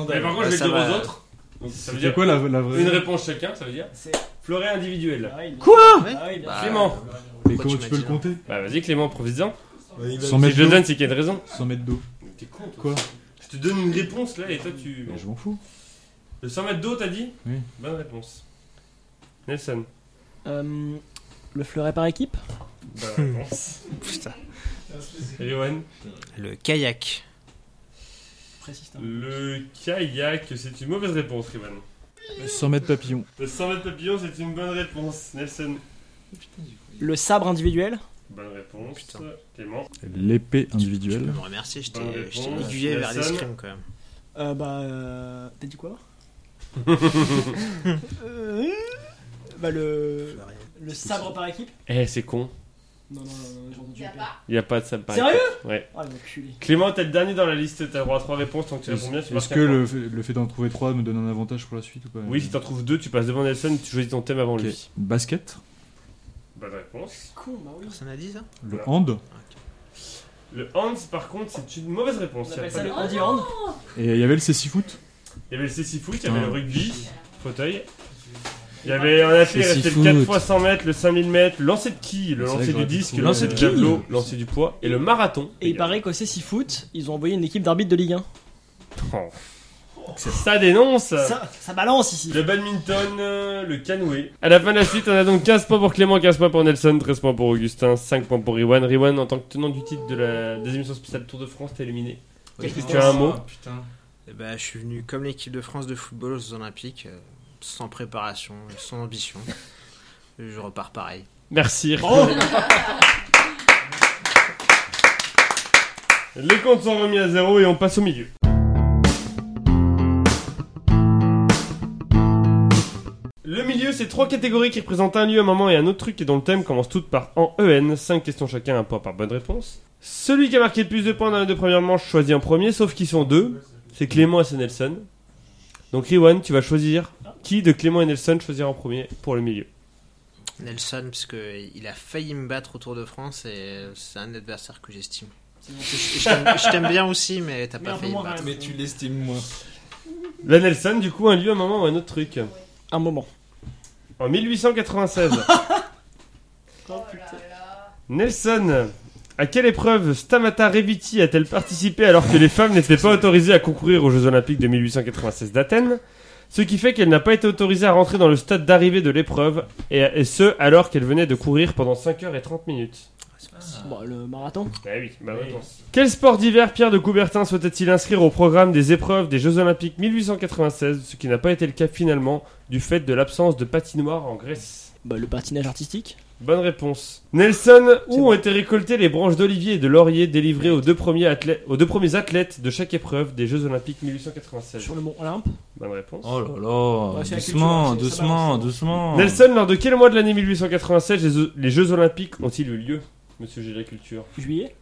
Speaker 1: Mais par contre, je vais
Speaker 5: ça
Speaker 1: le dire
Speaker 5: va.
Speaker 1: aux autres. Donc, ça veut
Speaker 3: C'était
Speaker 1: dire
Speaker 3: quoi la, la vraie.
Speaker 1: une réponse chacun, ça veut dire
Speaker 4: C'est-
Speaker 1: Fleuret individuel.
Speaker 4: Ah, il-
Speaker 5: Quoi
Speaker 4: Ah oui, bien
Speaker 5: Bah,
Speaker 4: sûr.
Speaker 1: Clément.
Speaker 3: Mais
Speaker 5: Pourquoi
Speaker 3: comment
Speaker 5: tu
Speaker 3: tu peux
Speaker 5: m'as
Speaker 3: le
Speaker 5: dit non
Speaker 3: compter
Speaker 1: Bah vas-y Clément, profite-en.
Speaker 3: 100
Speaker 1: Si
Speaker 3: mètres
Speaker 1: je le
Speaker 3: d'eau.
Speaker 1: donne, c'est qu'il y a de raison.
Speaker 3: 100 mètres d'eau.
Speaker 1: T'es con toi.
Speaker 3: Quoi
Speaker 1: Je te donne une réponse là et toi tu...
Speaker 3: Mais Je m'en fous.
Speaker 1: Le 100 mètres d'eau t'as dit
Speaker 3: Oui.
Speaker 1: Bonne réponse. Nelson,
Speaker 4: Euh, le fleuret par équipe
Speaker 1: bonne
Speaker 3: Bah,
Speaker 1: (laughs) réponse.
Speaker 5: Putain.
Speaker 1: Johan,
Speaker 5: Le kayak.
Speaker 4: Précise.
Speaker 1: Euh.
Speaker 4: hein.
Speaker 1: le kayak, c'est une mauvaise réponse Rivan.
Speaker 3: 100 mètres papillon.
Speaker 1: Le 100 mètres papillon, c'est une bonne réponse. Nelson,
Speaker 4: Le sabre individuel
Speaker 1: bonne réponse.
Speaker 5: Putain.
Speaker 1: Clément,
Speaker 3: L'épée
Speaker 5: Tu peux
Speaker 3: individuelle.
Speaker 5: me remercier, je
Speaker 1: Bonne
Speaker 5: t'ai je t'ai
Speaker 1: réponse.
Speaker 5: aiguillé vers
Speaker 1: Nelson.
Speaker 5: l'escrime quand même.
Speaker 4: euh, Bah. euh, T'as
Speaker 1: (laughs)
Speaker 4: dit quoi Euh, Bah, le. Le sabre par équipe
Speaker 1: Eh, c'est con.
Speaker 4: Non, euh, non, non, non, j'ai entendu.
Speaker 6: Y a pas.
Speaker 1: Il n'y a pas de salle par
Speaker 4: Sérieux
Speaker 1: exemple. Ouais.
Speaker 4: Ah, l'enculé.
Speaker 1: Clément, t'es le dernier dans la liste, t'as le droit à 3 réponses tant que tu réponds bien. tu
Speaker 3: Est-ce
Speaker 1: marques
Speaker 3: que
Speaker 1: un point.
Speaker 3: le, fait- le fait d'en trouver 3 me donne un avantage pour la suite ou pas
Speaker 1: Oui, si t'en trouves 2, tu passes devant Nelson, tu choisis ton thème avant
Speaker 3: Ok.
Speaker 1: lui.
Speaker 3: Basket,
Speaker 1: Bonne réponse.
Speaker 4: Con, bah oui.
Speaker 5: Personne n'a dit ça
Speaker 3: le
Speaker 1: Voilà.
Speaker 3: hand,
Speaker 1: Le Hans, par contre, c'est une mauvaise réponse. Il
Speaker 4: On
Speaker 1: y a
Speaker 4: appelle
Speaker 1: pas
Speaker 4: ça
Speaker 1: de-
Speaker 4: le handi hand.
Speaker 3: et il y avait le cécifoot foot
Speaker 1: Il y avait le cécifoot, foot, il y avait
Speaker 3: Ah.
Speaker 1: le rugby, fauteuil. Il y avait en effet, il restait le 4
Speaker 2: Cécifoot.
Speaker 1: x 100 mètres, le 5000 mètres, le lancer de quille, le
Speaker 3: C'est vrai
Speaker 1: lancer
Speaker 3: que
Speaker 1: du
Speaker 3: j'aurais pu
Speaker 1: disque, le
Speaker 3: trouver.
Speaker 1: lancer
Speaker 2: Lancer
Speaker 1: du
Speaker 2: de quille.
Speaker 1: javelot, le lancer du poids et le marathon.
Speaker 4: Et il paraît qu'au Cécifoot, Foot, ils ont envoyé une équipe d'arbitres de Ligue 1.
Speaker 1: Oh. Ça dénonce
Speaker 4: Ça, ça balance ici.
Speaker 1: Euh. Le badminton, euh, le canoë. À la fin de la suite, on a donc 15 points pour Clément, 15 points pour Nelson, 13 points pour Augustin, 5 points pour Riwan. Riwan, en tant que tenant du titre de la deuxième émission spéciale Tour de France, t'es éliminé. Est-ce que tu as un mot
Speaker 2: Putain.
Speaker 5: Eh ben, je suis venu comme l'équipe de France de football aux Olympiques, euh, sans préparation, sans ambition. (laughs) Je repars pareil.
Speaker 1: Merci. Oh. Les comptes sont remis à zéro et on passe au milieu. Le milieu, c'est trois catégories qui représentent un lieu, un moment et un autre truc et dont le thème commence toutes par en EN. Cinq questions chacun, un point par bonne réponse. Celui qui a marqué le plus de points dans les deux premières manches choisit en premier, sauf qu'ils sont deux. C'est Clément et c'est Nelson. Donc Riwan, tu vas choisir qui de Clément et Nelson choisir en premier pour le milieu.
Speaker 5: Nelson, parce que il a failli me battre au Tour de France et euh, c'est un adversaire que j'estime.
Speaker 4: C'est bon.
Speaker 5: Je, je t'aime- je t'aime bien aussi, mais t'as
Speaker 4: Mais un
Speaker 5: pas
Speaker 4: peu
Speaker 5: failli me
Speaker 4: moins
Speaker 5: battre.
Speaker 4: quand même.
Speaker 2: Mais tu l'estimes moins.
Speaker 1: La Nelson, du coup, un lieu, un moment ou un autre truc.
Speaker 4: Un moment.
Speaker 1: En 1896, (laughs)
Speaker 4: Oh
Speaker 6: Oh
Speaker 4: putain.
Speaker 6: là là.
Speaker 1: Nelson, à quelle épreuve Stamata Reviti a-t-elle participé alors que les femmes n'étaient pas autorisées à concourir aux Jeux Olympiques de 1896 d'Athènes Ce qui fait qu'elle n'a pas été autorisée à rentrer dans le stade d'arrivée de l'épreuve, et, et ce, alors qu'elle venait de courir pendant 5h30 minutes.
Speaker 4: Bon, le marathon.
Speaker 1: Ah oui, bah réponse. Quel sport d'hiver Pierre de Coubertin souhaitait-il inscrire au programme des épreuves des Jeux Olympiques 1896, ce qui n'a pas été le cas finalement du fait de l'absence de patinoire en Grèce
Speaker 4: Bah, le patinage artistique.
Speaker 1: Bonne réponse. Nelson, où
Speaker 4: C'est
Speaker 1: ont
Speaker 4: bon.
Speaker 1: été récoltées les branches d'olivier et de laurier délivrées aux deux, premiers athlè- aux deux premiers athlètes de chaque épreuve des Jeux Olympiques 1896
Speaker 4: Sur le mont Olympe.
Speaker 1: Bonne réponse.
Speaker 2: Oh là
Speaker 4: Ouais,
Speaker 2: là.
Speaker 4: c'est la
Speaker 2: doucement,
Speaker 4: culture, c'est- ça hein.
Speaker 2: doucement,
Speaker 4: balance.
Speaker 2: doucement.
Speaker 1: Nelson, lors de quel mois de l'année 1896 les, Jeux- les Jeux Olympiques ont-ils eu lieu Monsieur G. de la Culture.
Speaker 4: Juillet.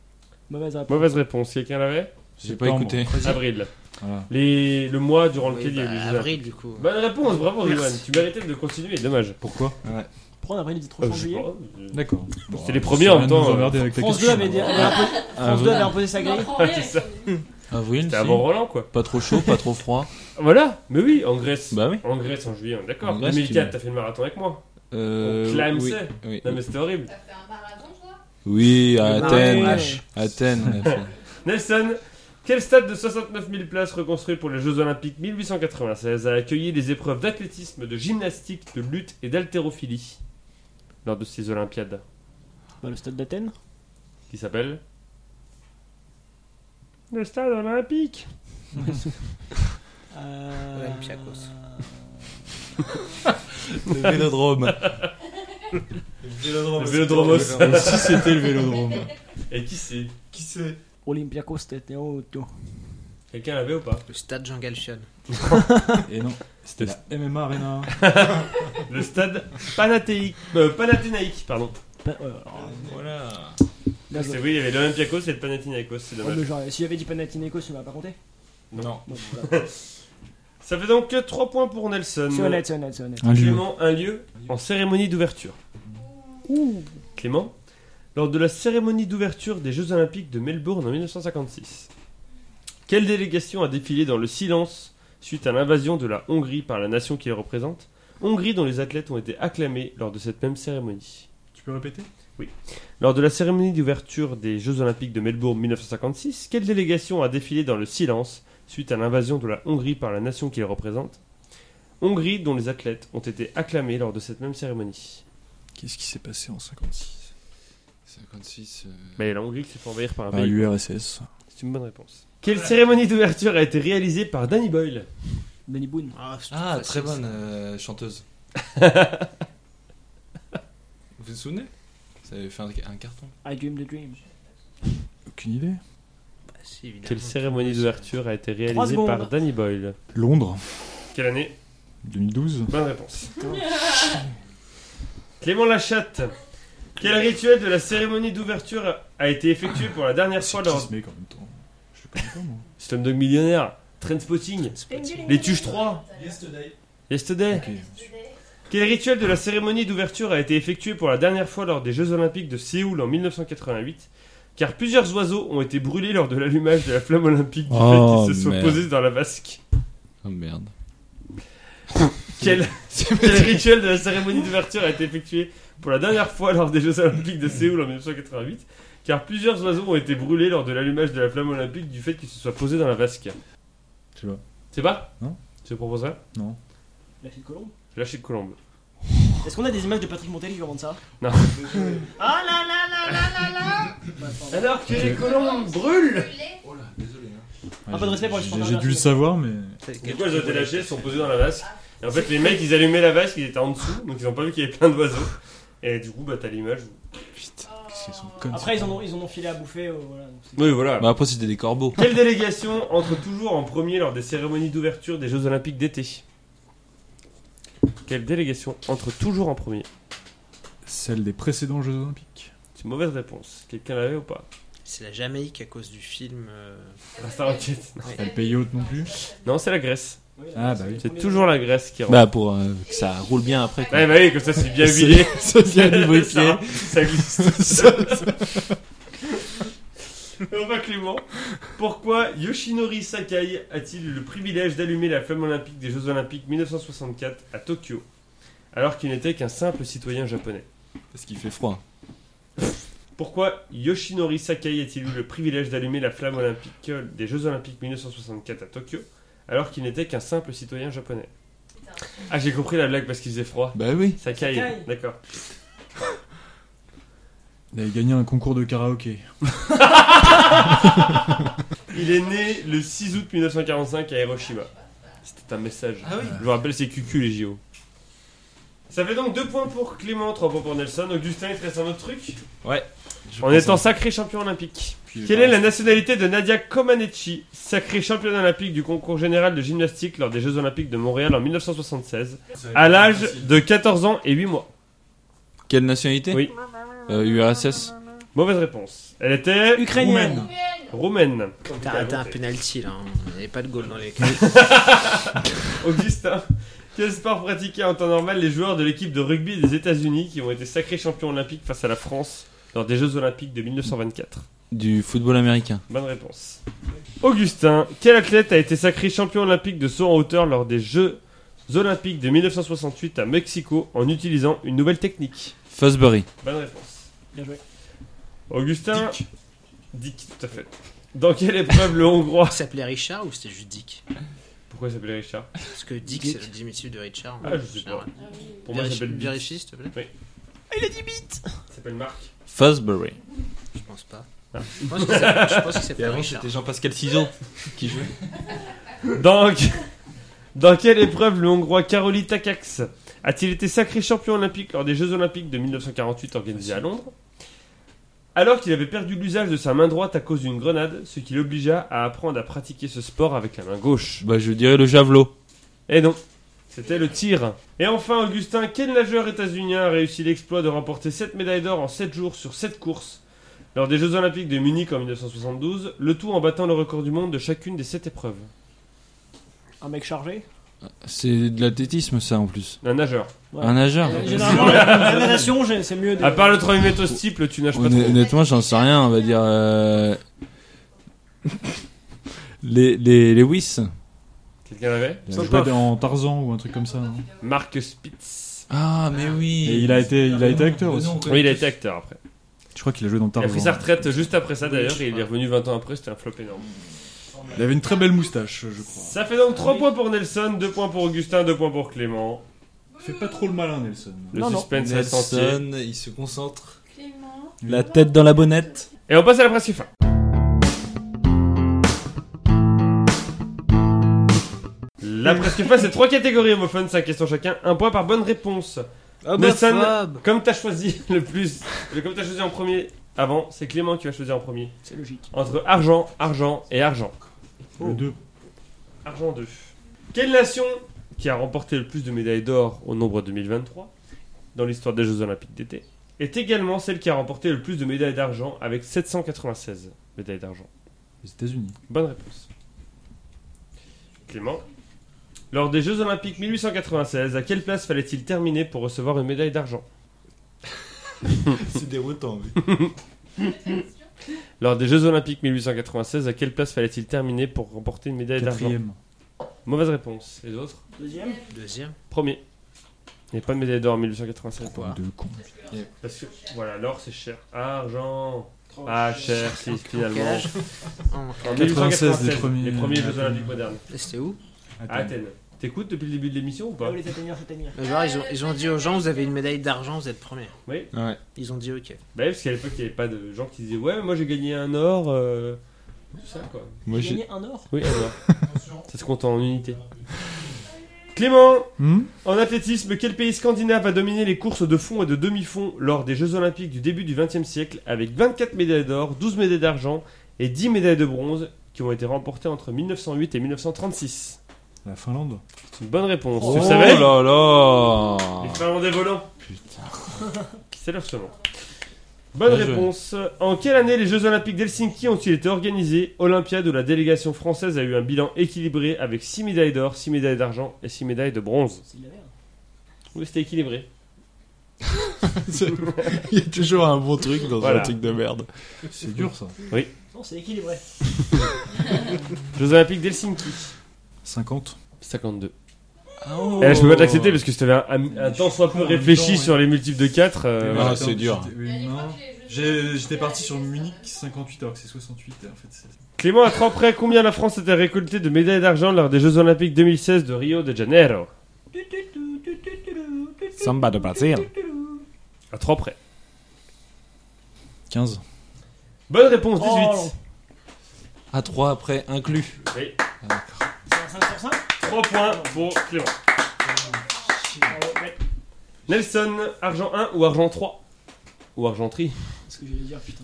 Speaker 4: Mauvaise réponse.
Speaker 1: Mauvaise réponse. Quelqu'un l'avait
Speaker 2: J'ai pas écouté.
Speaker 1: Avril.
Speaker 3: Voilà.
Speaker 1: Les... Le mois durant
Speaker 5: Oui,
Speaker 1: lequel il y a eu
Speaker 5: bah,
Speaker 1: les Jeux Olympiques.
Speaker 5: avril, du coup.
Speaker 1: Bonne réponse, bravo
Speaker 5: Merci.
Speaker 1: Riwan. Tu méritais de continuer, dommage.
Speaker 3: Pourquoi
Speaker 4: Prends avril, il dit trop
Speaker 1: Euh,
Speaker 4: en
Speaker 1: je sais
Speaker 4: juillet.
Speaker 1: pas, je-
Speaker 3: D'accord.
Speaker 1: C'est les premiers en même temps,
Speaker 4: France 2 avait, dit- avait imposé,
Speaker 1: Ah,
Speaker 4: France 2 avait imposé sa
Speaker 6: On
Speaker 4: grille.
Speaker 6: apprend rien
Speaker 1: c'est
Speaker 6: avec
Speaker 1: ça.
Speaker 6: son livre.
Speaker 2: Avril,
Speaker 1: C'était
Speaker 2: Ah, si.
Speaker 1: avant Roland quoi.
Speaker 2: Pas trop chaud, pas trop froid.
Speaker 1: Voilà, mais oui, en Grèce.
Speaker 2: (laughs) Bah oui.
Speaker 1: En Grèce en juillet, on est d'accord.
Speaker 2: En Grèce, tu
Speaker 1: 2004,
Speaker 2: mets.
Speaker 1: t'as fait le marathon avec moi.
Speaker 2: Euh,
Speaker 1: Clam,
Speaker 2: oui,
Speaker 1: c'est.
Speaker 2: oui.
Speaker 1: Non mais c'était horrible.
Speaker 6: T'as fait un marathon, toi
Speaker 2: Oui, à
Speaker 4: bah,
Speaker 5: Ah,
Speaker 2: Athènes.
Speaker 5: vache.
Speaker 2: Athènes, on a (laughs) fait.
Speaker 1: Nelson, quel stade de 69 000 places reconstruit pour les Jeux Olympiques 1896 a accueilli les épreuves d'athlétisme, de gymnastique, de lutte et d'haltérophilie lors de ces Olympiades
Speaker 4: Bah, le stade d'Athènes.
Speaker 1: qui s'appelle le stade olympique.
Speaker 4: Euh...
Speaker 5: Olympiakos.
Speaker 2: Le vélodrome.
Speaker 1: Le Vélodromos.
Speaker 3: Et si c'était le vélodrome
Speaker 1: Et qui c'est
Speaker 2: Qui c'est
Speaker 4: (laughs) Olympiakos, c'était en haut. tout.
Speaker 1: Quelqu'un l'avait ou pas
Speaker 5: Le stade Jean Galchion.
Speaker 3: Et non, c'était la MMA Arena.
Speaker 1: Le stade panathéique, euh, panathénaïque, pardon.
Speaker 4: Pas- ouais, euh, alors,
Speaker 2: Voilà.
Speaker 4: bien
Speaker 1: C'est
Speaker 4: joué.
Speaker 1: oui, il y avait l'Olympiakos et le Panathinaikos, c'est
Speaker 4: Oh,
Speaker 1: dommage.
Speaker 4: mais genre, si j'avais dit Panathinaikos, tu m'aurais pas compté.
Speaker 2: Non.
Speaker 4: Bon, voilà.
Speaker 1: Ça fait donc 3 points pour Nelson.
Speaker 4: C'est honnête, c'est honnête, c'est honnête.
Speaker 3: Un lieu.
Speaker 1: Clément, un lieu en cérémonie d'ouverture. Clément, lors de la cérémonie d'ouverture des Jeux Olympiques de Melbourne en 1956, quelle délégation a défilé dans le silence suite à l'invasion de la Hongrie par la nation qui les représente Hongrie dont les athlètes ont été acclamés lors de cette même cérémonie.
Speaker 3: Tu peux répéter
Speaker 1: Lors de la cérémonie d'ouverture des Jeux Olympiques de Melbourne 1956, quelle délégation a défilé dans le silence suite à l'invasion de la Hongrie par la nation qui les représente Hongrie dont les athlètes ont été acclamés lors de cette même cérémonie.
Speaker 3: Qu'est-ce qui s'est passé en 56
Speaker 2: 56.
Speaker 1: Mais la Hongrie qui s'est fait envahir par un
Speaker 4: Ah
Speaker 3: Bah,
Speaker 1: pays.
Speaker 3: L'URSS.
Speaker 1: C'est une bonne réponse. Quelle cérémonie d'ouverture a été réalisée par Danny Boyle
Speaker 4: Danny Boone.
Speaker 2: Ah, très
Speaker 5: bon
Speaker 2: bonne euh, (laughs) chanteuse. vous vous souvenez Ça avait fait un, un carton.
Speaker 4: I dream the dream.
Speaker 3: Aucune idée.
Speaker 1: Quelle cérémonie d'ouverture a été
Speaker 4: Trois
Speaker 1: réalisée
Speaker 4: secondes.
Speaker 1: par Danny Boyle
Speaker 3: Londres,
Speaker 1: Quelle année
Speaker 3: 2012.
Speaker 4: (laughs)
Speaker 1: Bonne réponse. Clément Lachatte. Quel rituel de la cérémonie d'ouverture a été effectué pour la dernière
Speaker 3: C'est
Speaker 1: fois
Speaker 3: qui
Speaker 1: lors
Speaker 3: ce mec en même temps Je le connais pas moi.
Speaker 1: Slumdog Millionnaire, Trendspotting, Les Tuches 3, Yesterday
Speaker 3: Ok.
Speaker 1: Quel rituel de la cérémonie d'ouverture a été effectué pour la dernière fois lors des Jeux Olympiques de Séoul en 1988 car plusieurs oiseaux ont été brûlés lors de l'allumage de la flamme olympique du
Speaker 2: Oh,
Speaker 1: fait qu'ils se sont
Speaker 2: merde.
Speaker 1: posés dans la vasque.
Speaker 2: Oh merde.
Speaker 1: Quel, quel rituel de la cérémonie d'ouverture a été effectué pour la dernière fois lors des Jeux Olympiques de Séoul en 1988 car plusieurs oiseaux ont été brûlés lors de l'allumage de la flamme olympique du fait qu'ils se soient posés dans la vasque.
Speaker 3: Je sais pas.
Speaker 1: C'est pas
Speaker 3: Non.
Speaker 1: Tu te proposes ça
Speaker 3: Non.
Speaker 4: La fille de Colombe.
Speaker 1: Lâcher de Colombe.
Speaker 4: Est-ce qu'on a des images de Patrick Montelli qui rendent ça
Speaker 1: Non.
Speaker 4: Ah là là là là là là Ouais, pardon.
Speaker 1: Alors que les colombes brûlent
Speaker 4: Un peu de respect pour les
Speaker 3: J'ai-
Speaker 4: supporters
Speaker 3: J'ai dû
Speaker 4: de
Speaker 3: le
Speaker 4: la
Speaker 3: savoir, mais.
Speaker 1: Du coup, elles ont été lâchées, elles se sont posées dans la vasque. Et en fait, les mecs, ils allumaient la vasque, ils étaient en dessous, donc ils ont pas vu qu'il y avait plein d'oiseaux. Et du coup, bah t'as l'image.
Speaker 3: Putain, qu'est-ce qu'ils sont cons.
Speaker 4: Après, ils en ont, ils en ont filé à bouffer. euh, voilà, donc c'est-
Speaker 1: Oui, voilà.
Speaker 2: Bah après c'était des corbeaux.
Speaker 1: Quelle délégation entre toujours en premier lors des cérémonies d'ouverture des Jeux Olympiques d'été Quelle délégation entre toujours en premier
Speaker 3: Celle des précédents Jeux Olympiques.
Speaker 1: C'est une mauvaise réponse. Quelqu'un l'avait ou pas
Speaker 5: C'est la Jamaïque à cause du film. euh,
Speaker 1: La Star Rocket.
Speaker 3: Pas le pays haute non plus.
Speaker 1: Non, c'est la Grèce.
Speaker 4: Oui,
Speaker 3: Ah,
Speaker 4: c'est
Speaker 3: bah
Speaker 4: le
Speaker 3: oui.
Speaker 1: C'est
Speaker 4: premier-
Speaker 1: toujours la Grèce qui rentre.
Speaker 2: Bah pour
Speaker 3: (laughs)
Speaker 2: euh, que ça roule bien après. quoi.
Speaker 1: Ouais, bah oui, comme ça, (laughs) c'est bien huilé.
Speaker 2: Ça
Speaker 3: (laughs)
Speaker 2: vient lubrifier.
Speaker 1: ça, ça glisse. Romain Clément, pourquoi Yoshinori Sakai a-t-il eu le privilège d'allumer la flamme olympique des Jeux Olympiques 1964 à Tokyo, alors qu'il n'était qu'un simple citoyen japonais
Speaker 2: Parce qu'il fait froid.
Speaker 1: Pourquoi Yoshinori Sakai a-t-il eu le privilège d'allumer la flamme olympique des Jeux Olympiques 1964 à Tokyo, alors qu'il n'était qu'un simple citoyen japonais Ah, j'ai compris la blague parce qu'il faisait froid.
Speaker 2: Bah oui.
Speaker 1: Sakai,
Speaker 4: Sakai.
Speaker 1: d'accord.
Speaker 3: Il avait gagné un concours de karaoké.
Speaker 1: Il est né le 6 août 1945 à Hiroshima. C'était un message. Je vous rappelle, c'est QQ les JO. Ça fait donc 2 points pour Clément, 3 points pour Nelson. Augustin, il te reste un autre truc En étant sacré champion olympique. Quelle est la nationalité de Nadia Comaneci, sacrée championne olympique du concours général de gymnastique lors des Jeux olympiques de Montréal en 1976, à l'âge de 14 ans et 8 mois
Speaker 2: Quelle nationalité
Speaker 1: Oui.
Speaker 2: Euh, URSS.
Speaker 1: Mauvaise réponse. Elle était
Speaker 4: Ukrainienne.
Speaker 1: roumaine.
Speaker 5: T'as raté un penalty là, hein. il n'y avait pas de goal
Speaker 1: (laughs)
Speaker 5: dans les
Speaker 1: Augustin, quel sport pratiquaient en temps normal les joueurs de l'équipe de rugby des États-Unis qui ont été sacrés champions olympiques face à la France lors des Jeux Olympiques de 1924
Speaker 2: Du football américain.
Speaker 1: Bonne réponse. Augustin, quel athlète a été sacré champion olympique de saut en hauteur lors des Jeux Olympiques de 1968 à Mexico en utilisant une nouvelle technique
Speaker 2: Fosbury.
Speaker 1: Bonne réponse.
Speaker 4: Bien joué.
Speaker 1: Augustin, Dick, tout à fait. Dans quelle épreuve le Hongrois
Speaker 5: Il s'appelait Richard ou c'était juste Dick
Speaker 1: Pourquoi il s'appelait Richard
Speaker 5: Parce que Dick,
Speaker 4: Dick.
Speaker 5: c'est le diminutif de Richard.
Speaker 1: Ah, je sais pas. Pour moi, il s'appelle Bill.
Speaker 5: Vérifie, s'il te plaît.
Speaker 1: Il s'appelle Marc.
Speaker 2: Fosbury.
Speaker 5: Je pense pas.
Speaker 1: Ah.
Speaker 5: Je pense que c'est- je pense que c'est pas Richard.
Speaker 2: Jean-Pascal Ciseaux qui jouait.
Speaker 1: Donc, (laughs) dans quelle épreuve le Hongrois Karoli Takacs a-t-il été sacré champion olympique lors des Jeux olympiques de 1948 organisés à Londres Alors qu'il avait perdu l'usage de sa main droite à cause d'une grenade, ce qui l'obligea à apprendre à pratiquer ce sport avec la main gauche.
Speaker 2: Bah je dirais le javelot.
Speaker 1: Et non, c'était le tir. Et enfin, Augustin, quel nageur états-unien a réussi l'exploit de remporter 7 médailles d'or en 7 jours sur 7 courses lors des Jeux olympiques de Munich en 1972, le tout en battant le record du monde de chacune des 7 épreuves
Speaker 4: Un mec chargé.
Speaker 2: C'est de l'athlétisme ça en plus.
Speaker 1: Un nageur.
Speaker 4: Ouais.
Speaker 2: Un nageur.
Speaker 4: Généralement, la la natation, j'ai- c'est mieux. de-
Speaker 1: À part le 3 mètres au steeple, tu nages pas
Speaker 2: Honn-
Speaker 1: trop.
Speaker 2: Honnêtement, j'en sais rien, on va dire. euh, (laughs) les, les, les Wiss.
Speaker 1: Quelqu'un l'avait
Speaker 3: Il avait pas été en Tarzan ou un truc comme ça. hein.
Speaker 1: Marc Spitz.
Speaker 2: Ah, mais oui.
Speaker 3: Et il a été, il a été acteur aussi.
Speaker 1: Oui, il a été acteur après.
Speaker 3: Je crois qu'il a joué dans
Speaker 1: Il a
Speaker 3: Tarzan.
Speaker 1: pris sa retraite juste après ça d'ailleurs et il est revenu 20 ans après, c'était un flop énorme.
Speaker 3: Il avait une très belle moustache, je crois.
Speaker 1: Ça fait donc 3 points pour Nelson, 2 points pour Augustin, 2 points pour Clément.
Speaker 3: Fais pas trop le malin, Nelson.
Speaker 1: Le
Speaker 4: Non, non.
Speaker 1: suspense est entier.
Speaker 2: il se concentre.
Speaker 6: Clément.
Speaker 2: La tête
Speaker 6: (laughs)
Speaker 2: dans la bonnette.
Speaker 1: Et on passe à la presque fin. La presque fin, c'est 3 catégories homophones, 5 questions chacun, 1 point par bonne réponse. Ah bah, Nelson, comme t'as choisi le plus, comme t'as choisi en premier avant, c'est Clément qui va choisir en premier.
Speaker 4: C'est logique.
Speaker 1: Entre argent, argent et argent.
Speaker 3: Le 2.
Speaker 1: Argent 2. Quelle nation qui a remporté le plus de médailles d'or au nombre 2023 dans l'histoire des Jeux Olympiques d'été est également celle qui a remporté le plus de médailles d'argent avec 796 médailles d'argent.
Speaker 3: Les États-Unis.
Speaker 1: Bonne réponse. Clément. Lors des Jeux Olympiques 1896, à quelle place fallait-il terminer pour recevoir une médaille d'argent
Speaker 3: (laughs) C'est déroutant. oui.
Speaker 1: Lors des Jeux Olympiques 1896, à quelle place fallait-il terminer pour remporter une médaille d'argent
Speaker 3: Quatrième.
Speaker 1: Mauvaise réponse. Les autres
Speaker 4: Deuxième
Speaker 5: Deuxième.
Speaker 1: Premier. Il n'y a pas de médaille d'or en 1896.
Speaker 5: Pourquoi
Speaker 3: De con.
Speaker 1: Parce que, voilà, l'or c'est cher. Argent.
Speaker 4: Oh,
Speaker 1: Ah, cher, si, finalement.
Speaker 5: En-
Speaker 1: En
Speaker 3: 96,
Speaker 1: 1896,
Speaker 3: les premiers- euh,
Speaker 1: les premiers Jeux Olympiques modernes.
Speaker 5: Oh, C'était où
Speaker 1: À Athènes. T'écoutes depuis le début de l'émission ou pas
Speaker 4: Oh, les Athéniens, cette année.
Speaker 5: Mais Euh, Genre, ils ont, ils ont dit aux gens, vous avez une médaille d'argent, vous êtes premier.
Speaker 1: Oui.
Speaker 2: Ouais.
Speaker 5: Ils ont dit ok.
Speaker 1: Bah oui, parce qu'à l'époque, il n'y avait pas de gens qui disaient Ouais, mais moi j'ai gagné un or. euh, Tout ça, quoi.
Speaker 2: Moi,
Speaker 4: J'ai
Speaker 2: j'ai.
Speaker 4: gagné un or.
Speaker 1: Oui, un or. ça se compte en unité. Clément
Speaker 3: Hmm
Speaker 1: En athlétisme, quel pays scandinave a dominé les courses de fond et de demi-fond lors des Jeux Olympiques du début du XXe siècle avec 24 médailles d'or, 12 médailles d'argent et 10 médailles de bronze qui ont été remportées entre 1908 et 1936
Speaker 3: La Finlande.
Speaker 1: C'est une bonne réponse.
Speaker 3: Oh
Speaker 1: tu le savais
Speaker 2: là
Speaker 1: Les
Speaker 2: là
Speaker 1: Finlandais volants.
Speaker 2: Putain.
Speaker 1: (laughs) C'est leur surnom. Bonne
Speaker 2: Bien joué.
Speaker 1: réponse. En quelle année les Jeux Olympiques d'Helsinki ont-ils été organisés Olympiade où la délégation française a eu un bilan équilibré avec 6 médailles d'or, 6 médailles d'argent et 6 médailles de bronze.
Speaker 4: C'est de la merde.
Speaker 1: Oui, c'était équilibré.
Speaker 2: Il y a toujours un bon truc dans
Speaker 1: Voilà.
Speaker 2: un truc de merde.
Speaker 3: C'est dur ça.
Speaker 4: Non, c'est équilibré.
Speaker 1: Jeux Olympiques d'Helsinki.
Speaker 3: 50.
Speaker 1: 52.
Speaker 2: Oh.
Speaker 1: Eh, je peux pas t'accepter parce que si t'avais un, un- un
Speaker 3: Je
Speaker 1: temps
Speaker 3: suis
Speaker 1: soit peu
Speaker 3: con en même
Speaker 1: réfléchi
Speaker 3: temps, ouais.
Speaker 1: sur les multiples de euh, 4.
Speaker 2: Ah, c'est dur.
Speaker 3: J'étais parti sur Munich 58 alors que c'est 68 en fait.
Speaker 1: Clément, à trois près, combien la France a-t-elle récolté de médailles d'argent lors des Jeux Olympiques 2016 de Rio de Janeiro
Speaker 2: Samba de Brésil.
Speaker 1: À trois près.
Speaker 2: 15.
Speaker 1: Bonne réponse,
Speaker 4: Oh,
Speaker 1: 18.
Speaker 4: non.
Speaker 2: À 3 après, inclus.
Speaker 1: Oui.
Speaker 2: Ah, d'accord.
Speaker 4: C'est un 5 sur 5
Speaker 1: 3 points pour Clément. Nelson, argent 1 ou argent 3 Ou argenterie
Speaker 4: Ce que j'allais dire, putain,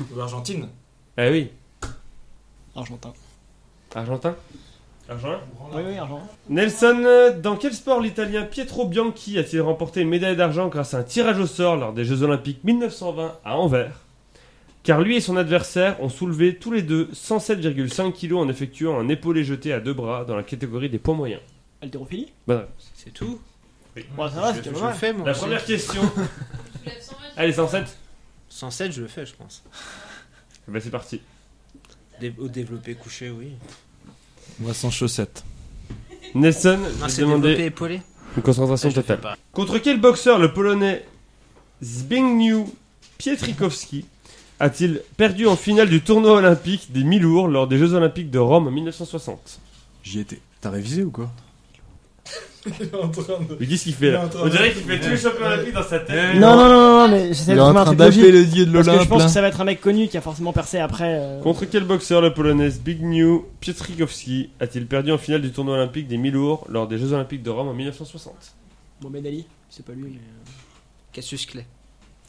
Speaker 4: merde.
Speaker 2: L'Argentine.
Speaker 1: Eh oui,
Speaker 4: Argentin.
Speaker 1: argentin. Argent
Speaker 4: Oui, oui, argent.
Speaker 1: Nelson, euh, dans quel sport l'Italien Pietro Bianchi a-t-il remporté une médaille d'argent grâce à un tirage au sort lors des Jeux Olympiques 1920 à Anvers Car lui et son adversaire ont soulevé tous les deux 107,5 kg en effectuant un épaulé jeté à deux bras dans la catégorie des poids moyens.
Speaker 4: Haltérophilie
Speaker 1: Bonne réponse.
Speaker 5: C'est tout
Speaker 4: Ouais, ça va, c'était
Speaker 5: Je
Speaker 4: pas
Speaker 5: le
Speaker 4: mal.
Speaker 5: fais, moi.
Speaker 1: La
Speaker 5: aussi.
Speaker 1: première question. Allez,
Speaker 5: (laughs)
Speaker 1: 107
Speaker 5: 107, je le fais, je pense.
Speaker 1: Eh ben, c'est parti.
Speaker 5: Dé- au développé couché, oui.
Speaker 2: Moi, sans chaussettes.
Speaker 1: Nelson,
Speaker 5: Non,
Speaker 1: je
Speaker 5: c'est
Speaker 1: vais demander
Speaker 5: développé épaulé
Speaker 1: une concentration
Speaker 5: Ah, je le
Speaker 1: totale.
Speaker 5: fais pas.
Speaker 1: Contre quel boxeur le polonais Zbigniew Pietrikowski a-t-il perdu en finale du tournoi olympique des mi-lourds lors des Jeux olympiques de Rome en 1960
Speaker 3: J'y étais. T'as révisé ou quoi
Speaker 1: Mais qu'est-ce qu'il fait là On dirait qu'il fait tous les champions olympiques dans sa tête.
Speaker 4: Non, non, non, non, mais j'essaie de
Speaker 2: Il est en
Speaker 4: trouver un
Speaker 2: train
Speaker 4: truc
Speaker 2: d'appeler
Speaker 4: logique.
Speaker 2: le dieu de
Speaker 4: Parce que je
Speaker 2: l'Olympe.
Speaker 4: pense que
Speaker 2: là.
Speaker 4: ça va être un mec connu qui a forcément percé après. euh,
Speaker 1: Contre quel boxeur le polonais Zbigniew Pietrikowski a-t-il perdu en finale du tournoi olympique des mi-lourds lors des Jeux olympiques de Rome en 1960
Speaker 4: Mohamed Ali. C'est pas lui, mais.
Speaker 5: Cassius Clay.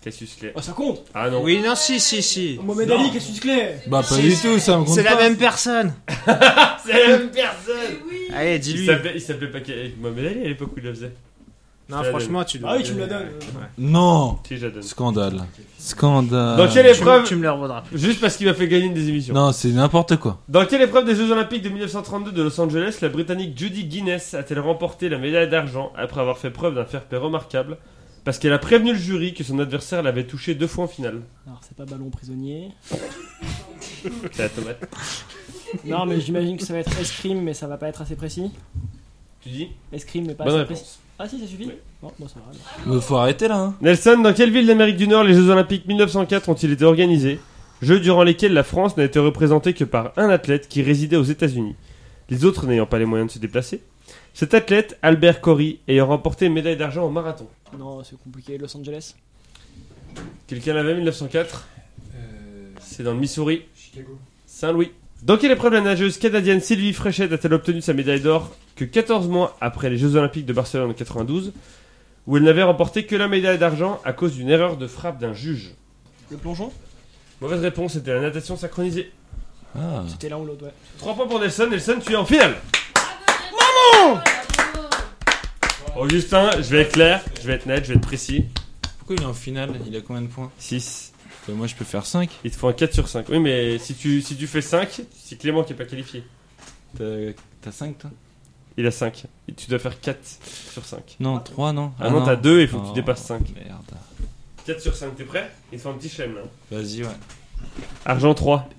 Speaker 1: Cassius Clay.
Speaker 4: Oh, ça compte
Speaker 1: Ah non.
Speaker 5: Oui, non, si, si, si.
Speaker 4: Mohamed Ali, qu'est-ce que tu clé
Speaker 2: Bah, pas du tout, ça me compte
Speaker 5: C'est la
Speaker 2: pas.
Speaker 5: même personne
Speaker 1: Ah, C'est la même personne
Speaker 6: Oui.
Speaker 5: Allez,
Speaker 1: Il
Speaker 5: dis-lui.
Speaker 1: s'appelait- il s'appelait pas Ka- Mohamed Ali à l'époque où il le faisait.
Speaker 5: Non,
Speaker 1: c'est la
Speaker 5: franchement, tu dois.
Speaker 4: Ah oui, tu me la donnes.
Speaker 2: Non
Speaker 1: Si, j'adonne.
Speaker 2: Scandale. Scandale.
Speaker 1: Dans quelle
Speaker 5: Ah, Tu, me-
Speaker 1: épreuve
Speaker 5: tu me le revaudras plus.
Speaker 1: Juste parce qu'il m'a fait gagner des émissions.
Speaker 2: Non, c'est n'importe quoi.
Speaker 1: Dans quelle épreuve des Jeux Olympiques de 1932 de Los Angeles, la Britannique Judy Guinness a-t-elle remporté la médaille d'argent après avoir fait preuve d'un fair-play remarquable parce qu'elle a prévenu le jury que son adversaire l'avait touché deux fois en finale
Speaker 4: Alors, c'est pas ballon prisonnier.
Speaker 1: (laughs) C'est la tomate.
Speaker 4: Non, mais j'imagine que ça va être escrime, mais ça va pas être assez précis.
Speaker 1: Tu dis
Speaker 4: Escrime, mais pas
Speaker 1: Bonne
Speaker 4: assez précis.
Speaker 1: réponse.
Speaker 4: Ah si, ça suffit
Speaker 1: Oui.
Speaker 4: Bon, bon, ça va. alors.
Speaker 2: Mais faut arrêter là. Hein.
Speaker 1: Nelson, dans quelle ville d'Amérique du Nord les Jeux Olympiques 1904 ont-ils été organisés Jeux durant lesquels la France n'a été représentée que par un athlète qui résidait aux États-Unis, les autres n'ayant pas les moyens de se déplacer. Cet athlète, Albert Corey, ayant remporté une médaille d'argent au marathon.
Speaker 4: Non, c'est compliqué. Los Angeles
Speaker 1: Quelqu'un l'avait 1904
Speaker 3: euh,
Speaker 1: C'est dans le Missouri.
Speaker 3: Chicago.
Speaker 1: Saint-Louis. Dans quelle épreuve la nageuse canadienne Sylvie Fréchette a-t-elle obtenu sa médaille d'or que 14 mois après les Jeux Olympiques de Barcelone en 92, où elle n'avait remporté que la médaille d'argent à cause d'une erreur de frappe d'un juge
Speaker 4: Le plongeon
Speaker 1: Mauvaise réponse, c'était la natation synchronisée.
Speaker 2: Ah.
Speaker 4: C'était l'un ou l'autre, ouais.
Speaker 1: 3 points pour Nelson, Nelson, tu es en finale
Speaker 6: Maman
Speaker 1: Augustin, je vais être clair, je vais être net, je vais être précis.
Speaker 2: Pourquoi il est en finale Il a combien de points
Speaker 1: 6.
Speaker 2: Bah, Moi, je peux faire 5.
Speaker 1: Il te faut un 4 sur 5. Oui, mais si tu, si tu fais 5, c'est Clément qui est pas qualifié.
Speaker 2: T'as t'as 5, toi
Speaker 1: Il a 5. Et tu dois faire 4 sur 5.
Speaker 2: Non, 3, non.
Speaker 1: Ah, non, t'as 2 il faut que tu
Speaker 2: Oh,
Speaker 1: dépasses 5.
Speaker 2: Merde.
Speaker 1: 4 sur 5, t'es prêt Il te faut un petit chelem là.
Speaker 2: Vas-y, ouais.
Speaker 1: Argent 3.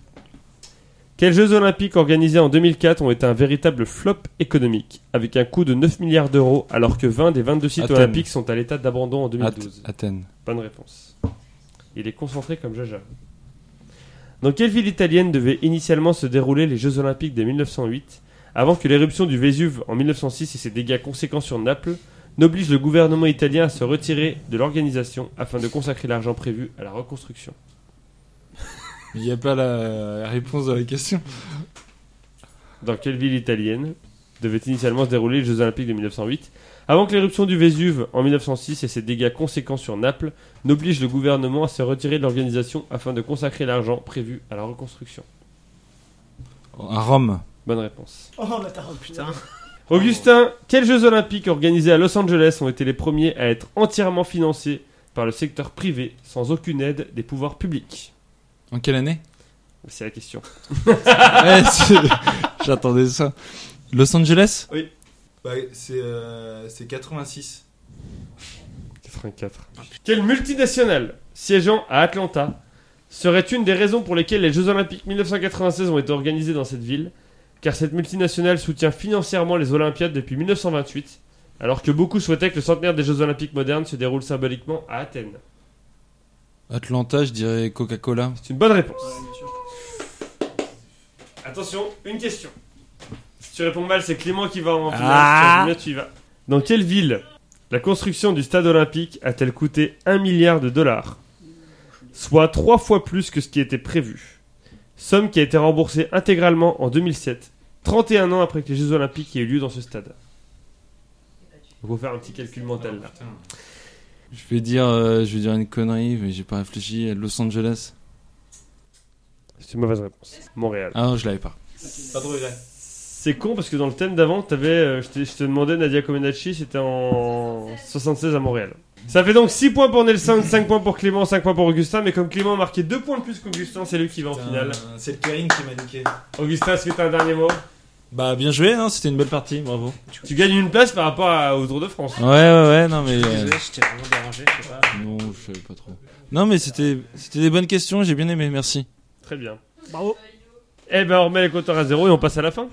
Speaker 1: Quels Jeux olympiques organisés en 2004 ont été un véritable flop économique, avec un coût de 9 milliards d'euros, alors que 20 des 22 sites
Speaker 2: Athènes.
Speaker 1: olympiques sont à l'état d'abandon en 2012
Speaker 2: Ath- Athènes.
Speaker 1: Bonne réponse. Il est concentré comme Jaja. Dans quelle ville italienne devaient initialement se dérouler les Jeux Olympiques de 1908, avant que l'éruption du Vésuve en 1906 et ses dégâts conséquents sur Naples n'obligent le gouvernement italien à se retirer de l'organisation afin de consacrer l'argent prévu à la reconstruction
Speaker 2: Il n'y a pas la la réponse à la question.
Speaker 1: Dans quelle ville italienne devaient initialement se dérouler les Jeux Olympiques de 1908, avant que l'éruption du Vésuve en 1906 et ses dégâts conséquents sur Naples n'obligent le gouvernement à se retirer de l'organisation afin de consacrer l'argent prévu à la reconstruction
Speaker 2: À Rome.
Speaker 1: Bonne réponse.
Speaker 4: Oh, bah t'as repris.
Speaker 5: Putain.
Speaker 1: (laughs) Augustin, quels Jeux Olympiques organisés à Los Angeles ont été les premiers à être entièrement financés par le secteur privé sans aucune aide des pouvoirs publics
Speaker 2: En quelle année
Speaker 1: C'est la question.
Speaker 2: Ouais, c'est- J'attendais ça. Los Angeles
Speaker 3: Bah, c'est euh, c'est 86.
Speaker 1: 84. Quelle multinationale siégeant à Atlanta serait une des raisons pour lesquelles les Jeux Olympiques 1996 ont été organisés dans cette ville Car cette multinationale soutient financièrement les Olympiades depuis 1928, alors que beaucoup souhaitaient que le centenaire des Jeux Olympiques modernes se déroule symboliquement à Athènes.
Speaker 2: Atlanta, je dirais Coca-Cola.
Speaker 1: C'est une bonne réponse. Attention, une question. Si tu réponds mal, c'est Clément qui va en finale.
Speaker 2: Ah.
Speaker 1: Si tu réponds bien, tu y vas. Dans quelle ville la construction du stade olympique a-t-elle coûté 1 milliard de dollars Soit trois fois plus que ce qui était prévu. Somme qui a été remboursée intégralement en 2007, 31 ans après que les Jeux olympiques aient eu lieu dans ce stade. Il faut faire un petit calcul mental là.
Speaker 2: Je vais dire, euh, je vais dire une connerie, mais j'ai pas réfléchi. Los Angeles.
Speaker 1: C'est une mauvaise réponse. Montréal.
Speaker 2: Ah, je l'avais pas.
Speaker 1: Pas de regret. C'est con parce que dans le thème d'avant, t'avais, euh, je, t'ai- je te demandais Nadia Comaneci, c'était en 76 à Montréal. Ça fait donc 6 points pour Nelson, 5 points pour Clément, 5 points pour Augustin, mais comme Clément a marqué 2 points de plus qu'Augustin, c'est lui qui va en finale.
Speaker 3: C'est le Karine qui m'a niqué.
Speaker 1: Augustin, est-ce que t'as un dernier mot
Speaker 2: Bah, bien joué, hein, c'était une belle partie, bravo.
Speaker 1: Tu gagnes une place par rapport à- au Tour de France.
Speaker 2: Ouais, ouais, ouais, non, mais. euh,
Speaker 5: Désolé, j'étais vraiment dérangé, je sais pas.
Speaker 2: Non, je savais pas trop. Non, mais c'était c'était des bonnes questions, j'ai bien aimé, merci.
Speaker 1: Très bien.
Speaker 4: Bravo.
Speaker 1: Eh ben, on remet les compteurs à zéro et on passe à la fin.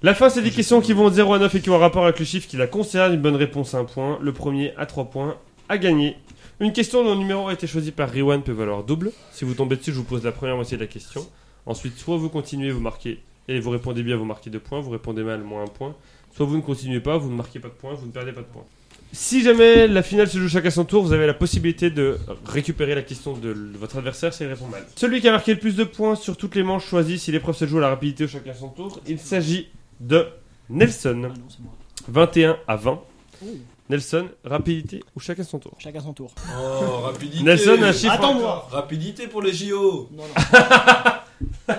Speaker 1: La fin, c'est des questions qui vont de 0 à 9 et qui ont un rapport avec le chiffre qui la concerne. Une bonne réponse à un point. Le premier à 3 points à gagner. Une question dont le numéro a été choisi par Riwan peut valoir double. Si vous tombez dessus, je vous pose la première moitié de la question. Ensuite, soit vous continuez, vous marquez et vous répondez bien, vous marquez 2 points. Vous répondez mal, moins 1 point. Soit vous ne continuez pas, vous ne marquez pas de points, vous ne perdez pas de points. Si jamais la finale se joue chacun son tour, vous avez la possibilité de récupérer la question de l- votre adversaire s'il répond mal. Celui qui a marqué le plus de points sur toutes les manches choisies, si l'épreuve se joue à la rapidité ou chacun son tour, il s'agit de Nelson,
Speaker 4: Ah non, c'est moi.
Speaker 1: 21 à 20.
Speaker 4: Oh.
Speaker 1: Nelson, rapidité ou chacun son tour.
Speaker 4: Chacun son tour.
Speaker 3: Oh, rapidité.
Speaker 1: Nelson, un chiffre.
Speaker 4: Attends-moi.
Speaker 3: Rapidité pour les JO.
Speaker 4: Non, non.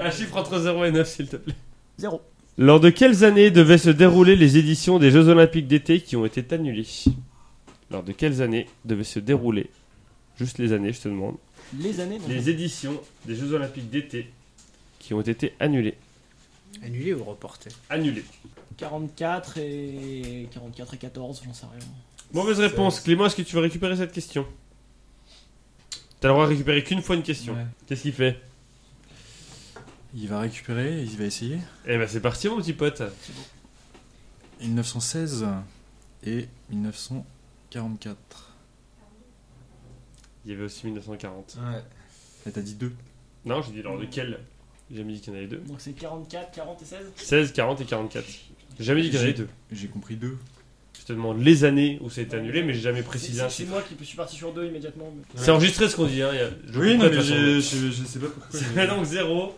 Speaker 1: Un chiffre entre 0 et 9, s'il te plaît.
Speaker 4: Zéro.
Speaker 1: Lors de quelles années devaient se dérouler les éditions des Jeux Olympiques d'été qui ont été annulées Lors de quelles années devaient se dérouler Juste les années, je te demande.
Speaker 4: Les années. non.
Speaker 1: les éditions des Jeux Olympiques d'été qui ont été annulées.
Speaker 5: Annulé ou reporté
Speaker 1: Annulées.
Speaker 4: 44 et 44 et 14, j'en sais rien.
Speaker 1: Mauvaise réponse. Clément, est-ce que tu veux récupérer cette question T'as le droit de récupérer qu'une fois une question.
Speaker 3: Ouais.
Speaker 1: Qu'est-ce qu'il fait
Speaker 3: Il va récupérer, il va essayer.
Speaker 1: Eh ben c'est parti mon petit pote.
Speaker 3: 1916 et 1944.
Speaker 1: Il y avait aussi 1940.
Speaker 3: Ouais. Et Eh, t'as dit 2.
Speaker 1: Non, j'ai dit lors de quelle J'ai jamais dit qu'il y en avait deux.
Speaker 4: Donc c'est 44, 40 et 16
Speaker 1: 16, 40 et 44. J'ai jamais dit qu'il y en avait deux.
Speaker 3: J'ai compris 2.
Speaker 1: Je te demande les années où c'est annulé, mais j'ai jamais précisé un
Speaker 4: C'est
Speaker 1: chiffre.
Speaker 4: moi qui suis parti sur deux immédiatement. mais-
Speaker 1: C'est enregistré ce qu'on dit. Hein. il y a- je coupe pas, de toute façon.
Speaker 3: sais pas
Speaker 1: (laughs)
Speaker 3: pourquoi.
Speaker 1: Ça fait donc 0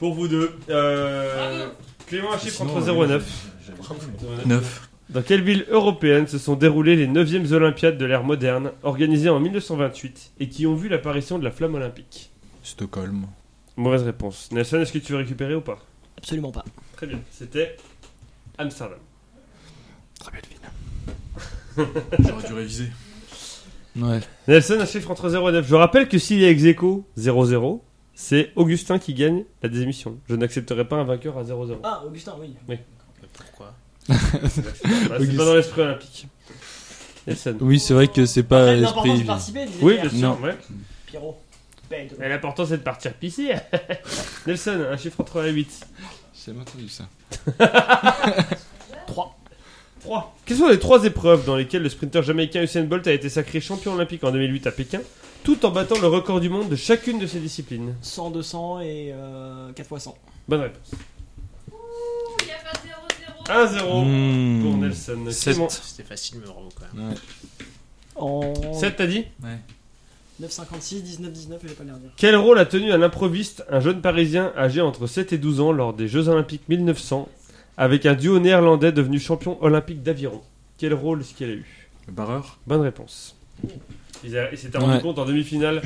Speaker 1: pour vous deux. Euh,
Speaker 6: Bravo.
Speaker 1: Clément, un chiffre entre 0 et 9.
Speaker 3: 9.
Speaker 1: Dans quelle ville européenne se sont déroulées les 9e Olympiades de l'ère moderne, organisées en 1928 et qui ont vu l'apparition de la flamme olympique
Speaker 3: Stockholm.
Speaker 1: Mauvaise réponse. Nelson, est-ce que tu veux récupérer ou pas
Speaker 4: Absolument pas.
Speaker 1: Très bien. C'était Amsterdam.
Speaker 2: Très belle ville.
Speaker 3: J'aurais dû réviser.
Speaker 2: Ouais.
Speaker 1: Nelson, un chiffre entre 0 et 9. Je rappelle que s'il y a ex aequo 0-0, c'est Augustin qui gagne la désémission. Je n'accepterai pas un vainqueur à 0-0.
Speaker 4: Ah, Augustin, oui.
Speaker 5: Mais Euh, pourquoi
Speaker 1: Bah, c'est pas dans l'esprit olympique. Nelson.
Speaker 2: Oui, c'est vrai que c'est pas
Speaker 4: Après, l'importance
Speaker 2: esprit.
Speaker 4: de participer, disait
Speaker 1: Euh, Oui,
Speaker 4: Pierre.
Speaker 1: bien sûr. Euh.
Speaker 2: Non.
Speaker 1: ouais.
Speaker 4: Pierrot. Pedro.
Speaker 1: Mais l'important, c'est de partir pisser. (laughs) Nelson, un chiffre entre 1 et 8.
Speaker 2: J'ai jamais entendu ça.
Speaker 4: 3.
Speaker 1: 3. Quelles sont les trois épreuves dans lesquelles le sprinter jamaïcain Usain Bolt a été sacré champion olympique en 2008 à Pékin, tout en battant le record du monde de chacune de ses disciplines
Speaker 4: 100, 200 et euh, 4 x 100.
Speaker 1: Bonne réponse.
Speaker 6: Il n'y a pas 0-0.
Speaker 1: 1-0
Speaker 2: Mmh.
Speaker 1: pour Nelson.
Speaker 2: Sept.
Speaker 1: Clément.
Speaker 5: C'était facile, mais bravo quand même.
Speaker 2: Ouais.
Speaker 4: En
Speaker 1: 7, t'as dit
Speaker 4: 9,56, 19, 19, je vais pas le dire.
Speaker 1: Quel rôle a tenu un improviste, un jeune parisien âgé entre 7 et 12 ans lors des Jeux Olympiques 1900 avec un duo néerlandais devenu champion olympique d'aviron Quel rôle est-ce qu'il a eu
Speaker 3: Le barreur
Speaker 1: Bonne réponse. Ils, a- ils s'étaient rendu
Speaker 2: Ouais.
Speaker 1: compte en demi-finale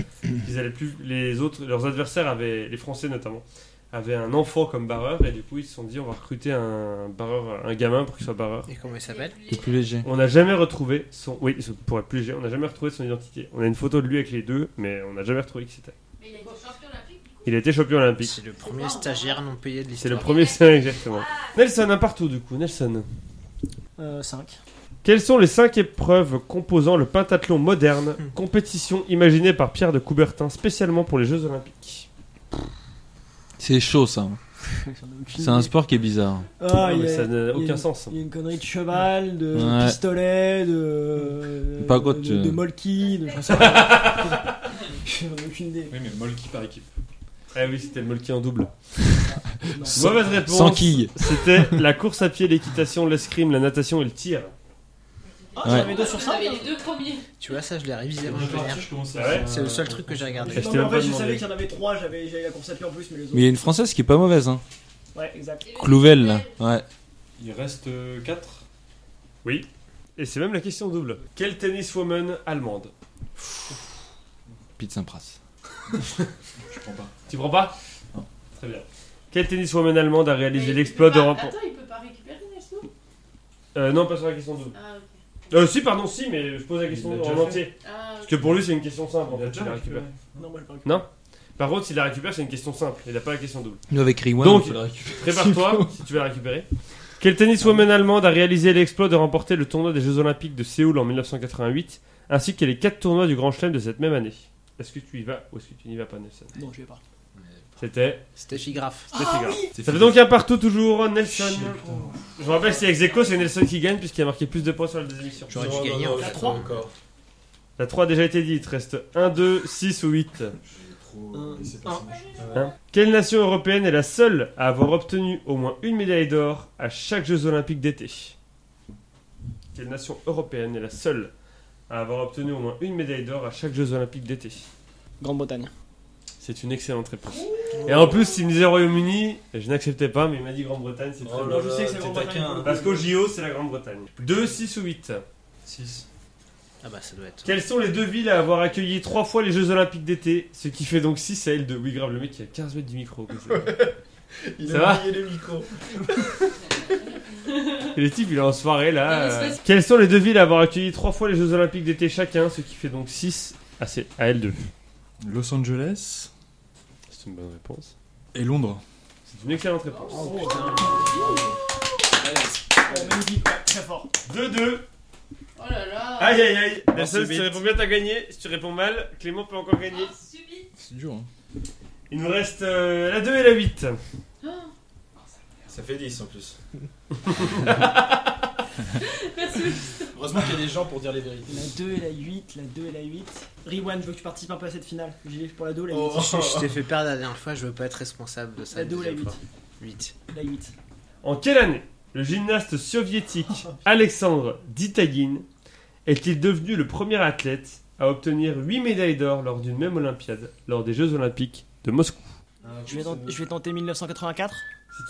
Speaker 1: qu'ils allaient plus. Les autres, leurs adversaires avaient, les Français notamment, avaient un enfant comme barreur et du coup ils se sont dit on va recruter un barreur, un gamin pour qu'il soit barreur.
Speaker 5: Et comment il s'appelle
Speaker 2: Le plus léger.
Speaker 1: On n'a jamais retrouvé son. Oui, pour être plus léger, on n'a jamais retrouvé son identité. On a une photo de lui avec les deux, mais on n'a jamais retrouvé qui c'était.
Speaker 6: Mais il a été champion olympique. du coup.
Speaker 1: Il a été champion olympique.
Speaker 5: C'est le premier stagiaire non payé de
Speaker 1: C'est le
Speaker 5: l'histoire.
Speaker 1: premier c'est exactement. Nelson, un partout du coup. Nelson. (laughs)
Speaker 4: Euh, 5.
Speaker 1: Quelles sont les cinq épreuves composant le pentathlon moderne, compétition imaginée par Pierre de Coubertin spécialement pour les Jeux Olympiques
Speaker 2: C'est chaud ça. C'est un sport qui est bizarre.
Speaker 4: Ah,
Speaker 1: Non,
Speaker 4: il
Speaker 1: mais
Speaker 4: y a-
Speaker 1: Ça n'a
Speaker 4: il y a
Speaker 1: aucun
Speaker 4: une-
Speaker 1: sens.
Speaker 4: Il y a une connerie de cheval, de
Speaker 2: Ouais. euh.
Speaker 4: pistolet, de.
Speaker 2: Par contre,
Speaker 4: de, de,
Speaker 2: tu- (laughs)
Speaker 4: molki, de. j'en sais rien. (laughs) J'en ai aucune idée.
Speaker 3: Oui, mais Molki par équipe.
Speaker 1: Ah oui, c'était le molki en (laughs) double.
Speaker 4: Non.
Speaker 2: Sans-
Speaker 1: Mauvaise réponse.
Speaker 2: Sans quille.
Speaker 1: C'était la course à pied, l'équitation, l'escrime, la natation et le tir.
Speaker 4: Ah,
Speaker 2: Ouais.
Speaker 4: j'en avais deux sur
Speaker 6: Vous
Speaker 4: 5.
Speaker 6: avez les deux premiers.
Speaker 5: Tu vois, ça, je l'ai révisé avant de venir.
Speaker 3: Je commence
Speaker 1: Ah ouais
Speaker 3: à.
Speaker 5: C'est le seul truc que j'ai regardé.
Speaker 1: Je t'ai
Speaker 4: Non, Ah, mais en
Speaker 1: même pas
Speaker 4: fait, je
Speaker 1: demandé.
Speaker 4: savais qu'il y en avait 3, j'avais j'avais la course à pied en plus, mais les autres.
Speaker 2: Mais il y a une française qui est pas mauvaise, hein.
Speaker 4: Ouais, exact.
Speaker 2: Clouvel, là. Ouais.
Speaker 3: Il reste euh, 4.
Speaker 1: Et c'est même la question double. Quelle tenniswoman allemande
Speaker 2: Pete Sampras.
Speaker 3: Je prends pas.
Speaker 1: Tu prends pas
Speaker 3: Non.
Speaker 1: Très bien. Quelle tenniswoman allemande a
Speaker 6: Mais
Speaker 1: réalisé
Speaker 6: il
Speaker 1: l'exploit
Speaker 6: peut pas-
Speaker 1: de remporter
Speaker 6: Attends, il peut pas récupérer Nelson
Speaker 1: Euh, non, pas sur la question double.
Speaker 6: Ah, ok.
Speaker 1: Euh, si, pardon, si, mais je pose la
Speaker 3: Il
Speaker 1: question
Speaker 3: l'a déjà
Speaker 1: en
Speaker 3: fait.
Speaker 1: entier.
Speaker 6: Ah, ok.
Speaker 1: Parce que pour lui, c'est une question simple. en fait, il la récupère.
Speaker 4: Non, moi, je parle que-
Speaker 1: Non Par contre, s'il la récupère, c'est une question simple. Il n'a pas la question double.
Speaker 2: Nous, avec Rewind,
Speaker 1: Donc-
Speaker 2: on peut la récupérer.
Speaker 1: Prépare-toi si tu veux la récupérer. Quelle tenniswoman allemande a réalisé l'exploit de remporter le tournoi des Jeux Olympiques de Séoul en 1988 ainsi que les quatre tournois du Grand Chelem de cette même année Est-ce que tu y vas ou est-ce que tu n'y vas pas, Nelson
Speaker 4: Non, je vais pas.
Speaker 1: C'était.
Speaker 5: C'était Figraf.
Speaker 7: Ah.
Speaker 1: C'était grave. Ça fait donc un partout toujours, Nelson. Je vous rappelle, si ex aequo, c'est Nelson qui gagne puisqu'il a marqué plus de points sur la désémission.
Speaker 5: J'aurais
Speaker 7: Oh
Speaker 5: dû gagner en fait.
Speaker 1: La 3 a déjà été dite, reste 1, 2, 6 ou 8. Hein Quelle nation européenne est la seule à avoir obtenu au moins une médaille d'or à chaque Jeux Olympiques d'été Quelle nation européenne est la seule à avoir obtenu au moins une médaille d'or à chaque Jeux Olympiques d'été
Speaker 4: Grande-Bretagne.
Speaker 1: C'est une excellente réponse. Et en plus, s'il me disait Royaume-Uni, je n'acceptais pas, mais il m'a dit Grande-Bretagne, c'est très
Speaker 4: non,
Speaker 1: bien.
Speaker 4: je sais que c'est Grande-Bretagne. pour le coup.
Speaker 1: Parce qu'au JO, c'est la Grande-Bretagne. 2, 6 ou 8
Speaker 3: 6.
Speaker 5: Ah bah ça doit être.
Speaker 1: Quelles sont les deux villes à avoir accueilli trois fois les Jeux Olympiques d'été Ce qui fait donc 6 à L2. Oui, grave, le mec qui a 15 mètres du
Speaker 3: (laughs)
Speaker 1: micro. comme ça.
Speaker 3: Il
Speaker 1: Ça va (laughs)
Speaker 3: le micro.
Speaker 1: Et les types, il est en soirée là.
Speaker 6: Il est
Speaker 1: euh.
Speaker 6: espèce-
Speaker 1: Quelles sont les deux villes à avoir accueilli trois fois les Jeux Olympiques d'été chacun Ce qui fait donc 6 à, C- à L2.
Speaker 3: Los Angeles
Speaker 1: C'est une bonne réponse.
Speaker 3: et Londres.
Speaker 1: C'est une excellente réponse.
Speaker 4: Oh, magnifique, ouais, très fort.
Speaker 1: 2-2.
Speaker 6: Oh là là.
Speaker 3: Ah,
Speaker 1: Aïe aïe aïe. La
Speaker 3: Merci,
Speaker 1: seule, si tu
Speaker 3: Bit.
Speaker 1: réponds bien, t'as gagné. Si tu réponds mal, Clément peut encore gagner.
Speaker 6: Ah, subite.
Speaker 3: C'est dur, hein.
Speaker 1: Il nous reste euh, la 2 et la 8.
Speaker 7: Ça fait 10 en plus.
Speaker 6: (laughs) Merci.
Speaker 7: Heureusement qu'il y a des gens pour dire les vérités.
Speaker 4: La 2 et la 8, la 2 et la 8. Rewind, je veux que tu participes un peu à cette finale. J'y vais pour la 2 ou la 8
Speaker 7: Oh.
Speaker 5: Je, je t'ai fait perdre la dernière fois, je veux pas être responsable de ça.
Speaker 4: La 2 ou la 8
Speaker 5: 8.
Speaker 4: La 8.
Speaker 1: En quelle année le gymnaste soviétique Alexandre Ditagin est-il devenu le premier athlète à obtenir 8 médailles d'or lors d'une même Olympiade, lors des Jeux Olympiques de Moscou
Speaker 4: Je vais, tenter, je vais tenter 1984.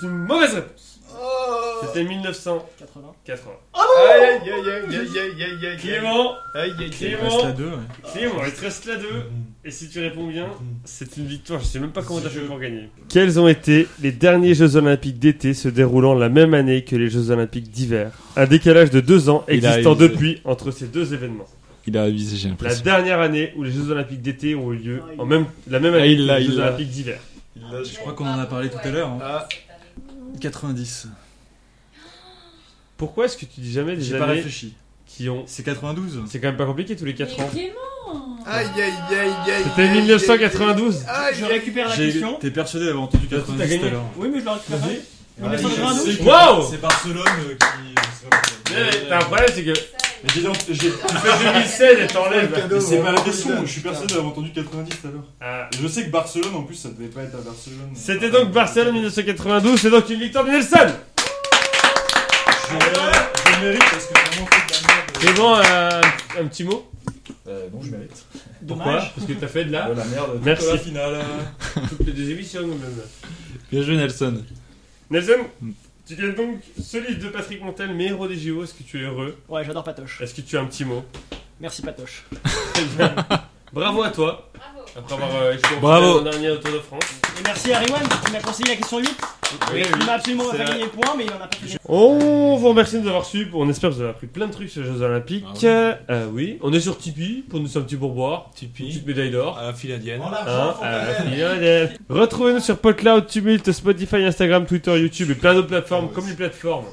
Speaker 1: C'est une mauvaise réponse.
Speaker 7: Oh
Speaker 1: C'était 1980.
Speaker 4: 80.
Speaker 7: Aïe aïe aïe aïe aïe aïe aïe aïe
Speaker 1: Clément,
Speaker 7: aïe aïe aïe
Speaker 1: Clément,
Speaker 3: Reste à deux, ouais.
Speaker 1: Clément, il te reste là deux. Et si tu réponds bien, c'est une victoire. Je sais même pas comment t'as fait pour gagner. Quels ont été les derniers Jeux Olympiques d'été se déroulant la même année que les Jeux Olympiques d'hiver Un décalage de deux ans
Speaker 2: Il a
Speaker 1: existant
Speaker 2: révisé.
Speaker 1: depuis entre ces deux événements.
Speaker 2: Il a avisé, j'ai
Speaker 1: La
Speaker 2: l'impression.
Speaker 1: dernière année où les Jeux Olympiques d'été ont eu lieu
Speaker 4: Ah, il
Speaker 1: en même, la même
Speaker 2: Ah,
Speaker 1: année
Speaker 2: il
Speaker 1: que
Speaker 2: l'a,
Speaker 1: les
Speaker 2: il
Speaker 1: Jeux
Speaker 2: l'a.
Speaker 1: Olympiques d'hiver.
Speaker 7: aïe
Speaker 3: Je crois qu'on en a parlé tout à l'heure. hein. 90.
Speaker 1: Pourquoi est-ce que tu dis jamais des
Speaker 3: J'ai pas
Speaker 1: années
Speaker 3: réfléchi.
Speaker 1: qui ont.
Speaker 3: C'est 92.
Speaker 1: C'est quand même pas compliqué tous les 4 ans.
Speaker 7: Aïe aïe aïe aïe
Speaker 1: C'était 1992.
Speaker 3: Ah.
Speaker 4: Je récupère la
Speaker 3: J'ai-
Speaker 4: question.
Speaker 3: T'es persuadé d'avoir entendu 90
Speaker 1: gagné.
Speaker 3: tout à l'heure.
Speaker 4: Oui, mais je la récupère. pas.
Speaker 3: Ah,
Speaker 4: 1992.
Speaker 3: je sais que
Speaker 1: Waouh
Speaker 3: C'est Barcelone euh, qui.
Speaker 1: Mais T'as un problème, c'est que tu
Speaker 3: Mais dis donc, j'ai-
Speaker 1: fais 2016 et
Speaker 3: (laughs)
Speaker 1: t'enlèves.
Speaker 3: mais c'est pas la question, je suis persuadé d'avoir entendu 90 tout à l'heure.
Speaker 1: Ah.
Speaker 3: Je sais que Barcelone en plus ça devait pas être à Barcelone.
Speaker 1: C'était donc Barcelone 1992, c'est donc une victoire de Nelson
Speaker 3: Je, je mérite parce que vraiment fait de la merde.
Speaker 1: Clément, un, un petit mot
Speaker 7: Euh, bon, je mérite.
Speaker 1: Pourquoi
Speaker 4: Dommage.
Speaker 1: Parce que t'as fait de
Speaker 2: Oh,
Speaker 1: la...
Speaker 7: De la merde.
Speaker 1: Ah, Merci.
Speaker 3: Pour la finale.
Speaker 1: Toutes les deux émissions, même.
Speaker 2: Bien joué, Nelson.
Speaker 1: Nelson,
Speaker 2: Mm.
Speaker 1: tu gagnes donc ce livre de Patrick Montel, mes héros des JO. Est-ce que tu es heureux
Speaker 4: Ouais, j'adore Patoche.
Speaker 1: Est-ce que tu as un petit mot (laughs)
Speaker 4: Merci Patoche.
Speaker 1: Très bien. Bravo à toi,
Speaker 6: Bravo.
Speaker 1: après avoir euh, échoué en
Speaker 2: Bravo.
Speaker 1: finale en dernier au Tour de France.
Speaker 4: Et merci à Rewan qui m'a conseillé la question 8.
Speaker 1: Oui,
Speaker 4: Il m'a absolument
Speaker 1: c'est
Speaker 4: pas
Speaker 1: vrai.
Speaker 4: gagné les points, mais il en a pas gagné.
Speaker 1: On vous remercie de nous avoir suivis. On espère que vous avez appris plein de trucs sur les Jeux Olympiques.
Speaker 2: Ah ouais.
Speaker 1: Euh, euh, oui, on est sur Tipeee pour nous faire un petit pourboire. Une petite médaille d'or.
Speaker 2: À la filadienne.
Speaker 1: Hein,
Speaker 2: ah,
Speaker 1: à la fidèle. Retrouvez-nous sur PodCloud, Tumult, Spotify, Instagram, Twitter, YouTube et plein d'autres plateformes,
Speaker 2: Ah, Ouais.
Speaker 1: comme les plateformes.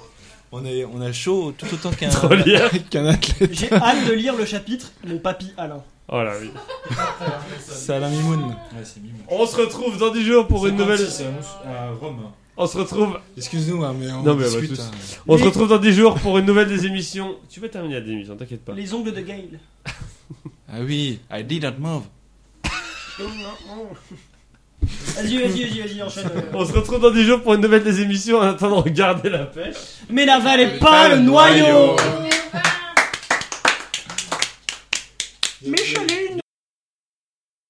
Speaker 2: On, est, on a chaud tout autant qu'un
Speaker 1: Trollière.
Speaker 2: (laughs) qu'un athlète.
Speaker 1: (laughs)
Speaker 4: J'ai hâte de lire le chapitre Mon papy Alain.
Speaker 1: Oh là oui.
Speaker 2: Salam Mimoun.
Speaker 3: Ouais, c'est mime.
Speaker 1: On se retrouve dans 10 jours pour une nouvelle.
Speaker 3: C'est à Rome.
Speaker 1: On se retrouve.
Speaker 2: Excuse-nous, hein, mais on
Speaker 1: Non, mais on va
Speaker 2: discute.
Speaker 1: tous-
Speaker 2: hein.
Speaker 1: On se
Speaker 4: Les-
Speaker 1: retrouve dans 10 jours pour une nouvelle des émissions. Tu vas terminer la des émissions, t'inquiète pas.
Speaker 4: Les ongles de Gail.
Speaker 2: Ah oui, I did not move.
Speaker 4: Vas-y, vas-y, vas-y, vas-y, enchaîne. euh.
Speaker 1: On se retrouve dans 10 jours pour une nouvelle des émissions. En attendant, gardez la pêche.
Speaker 4: Mais n'avalez pas le noyau
Speaker 6: Mais enfin,
Speaker 4: Michel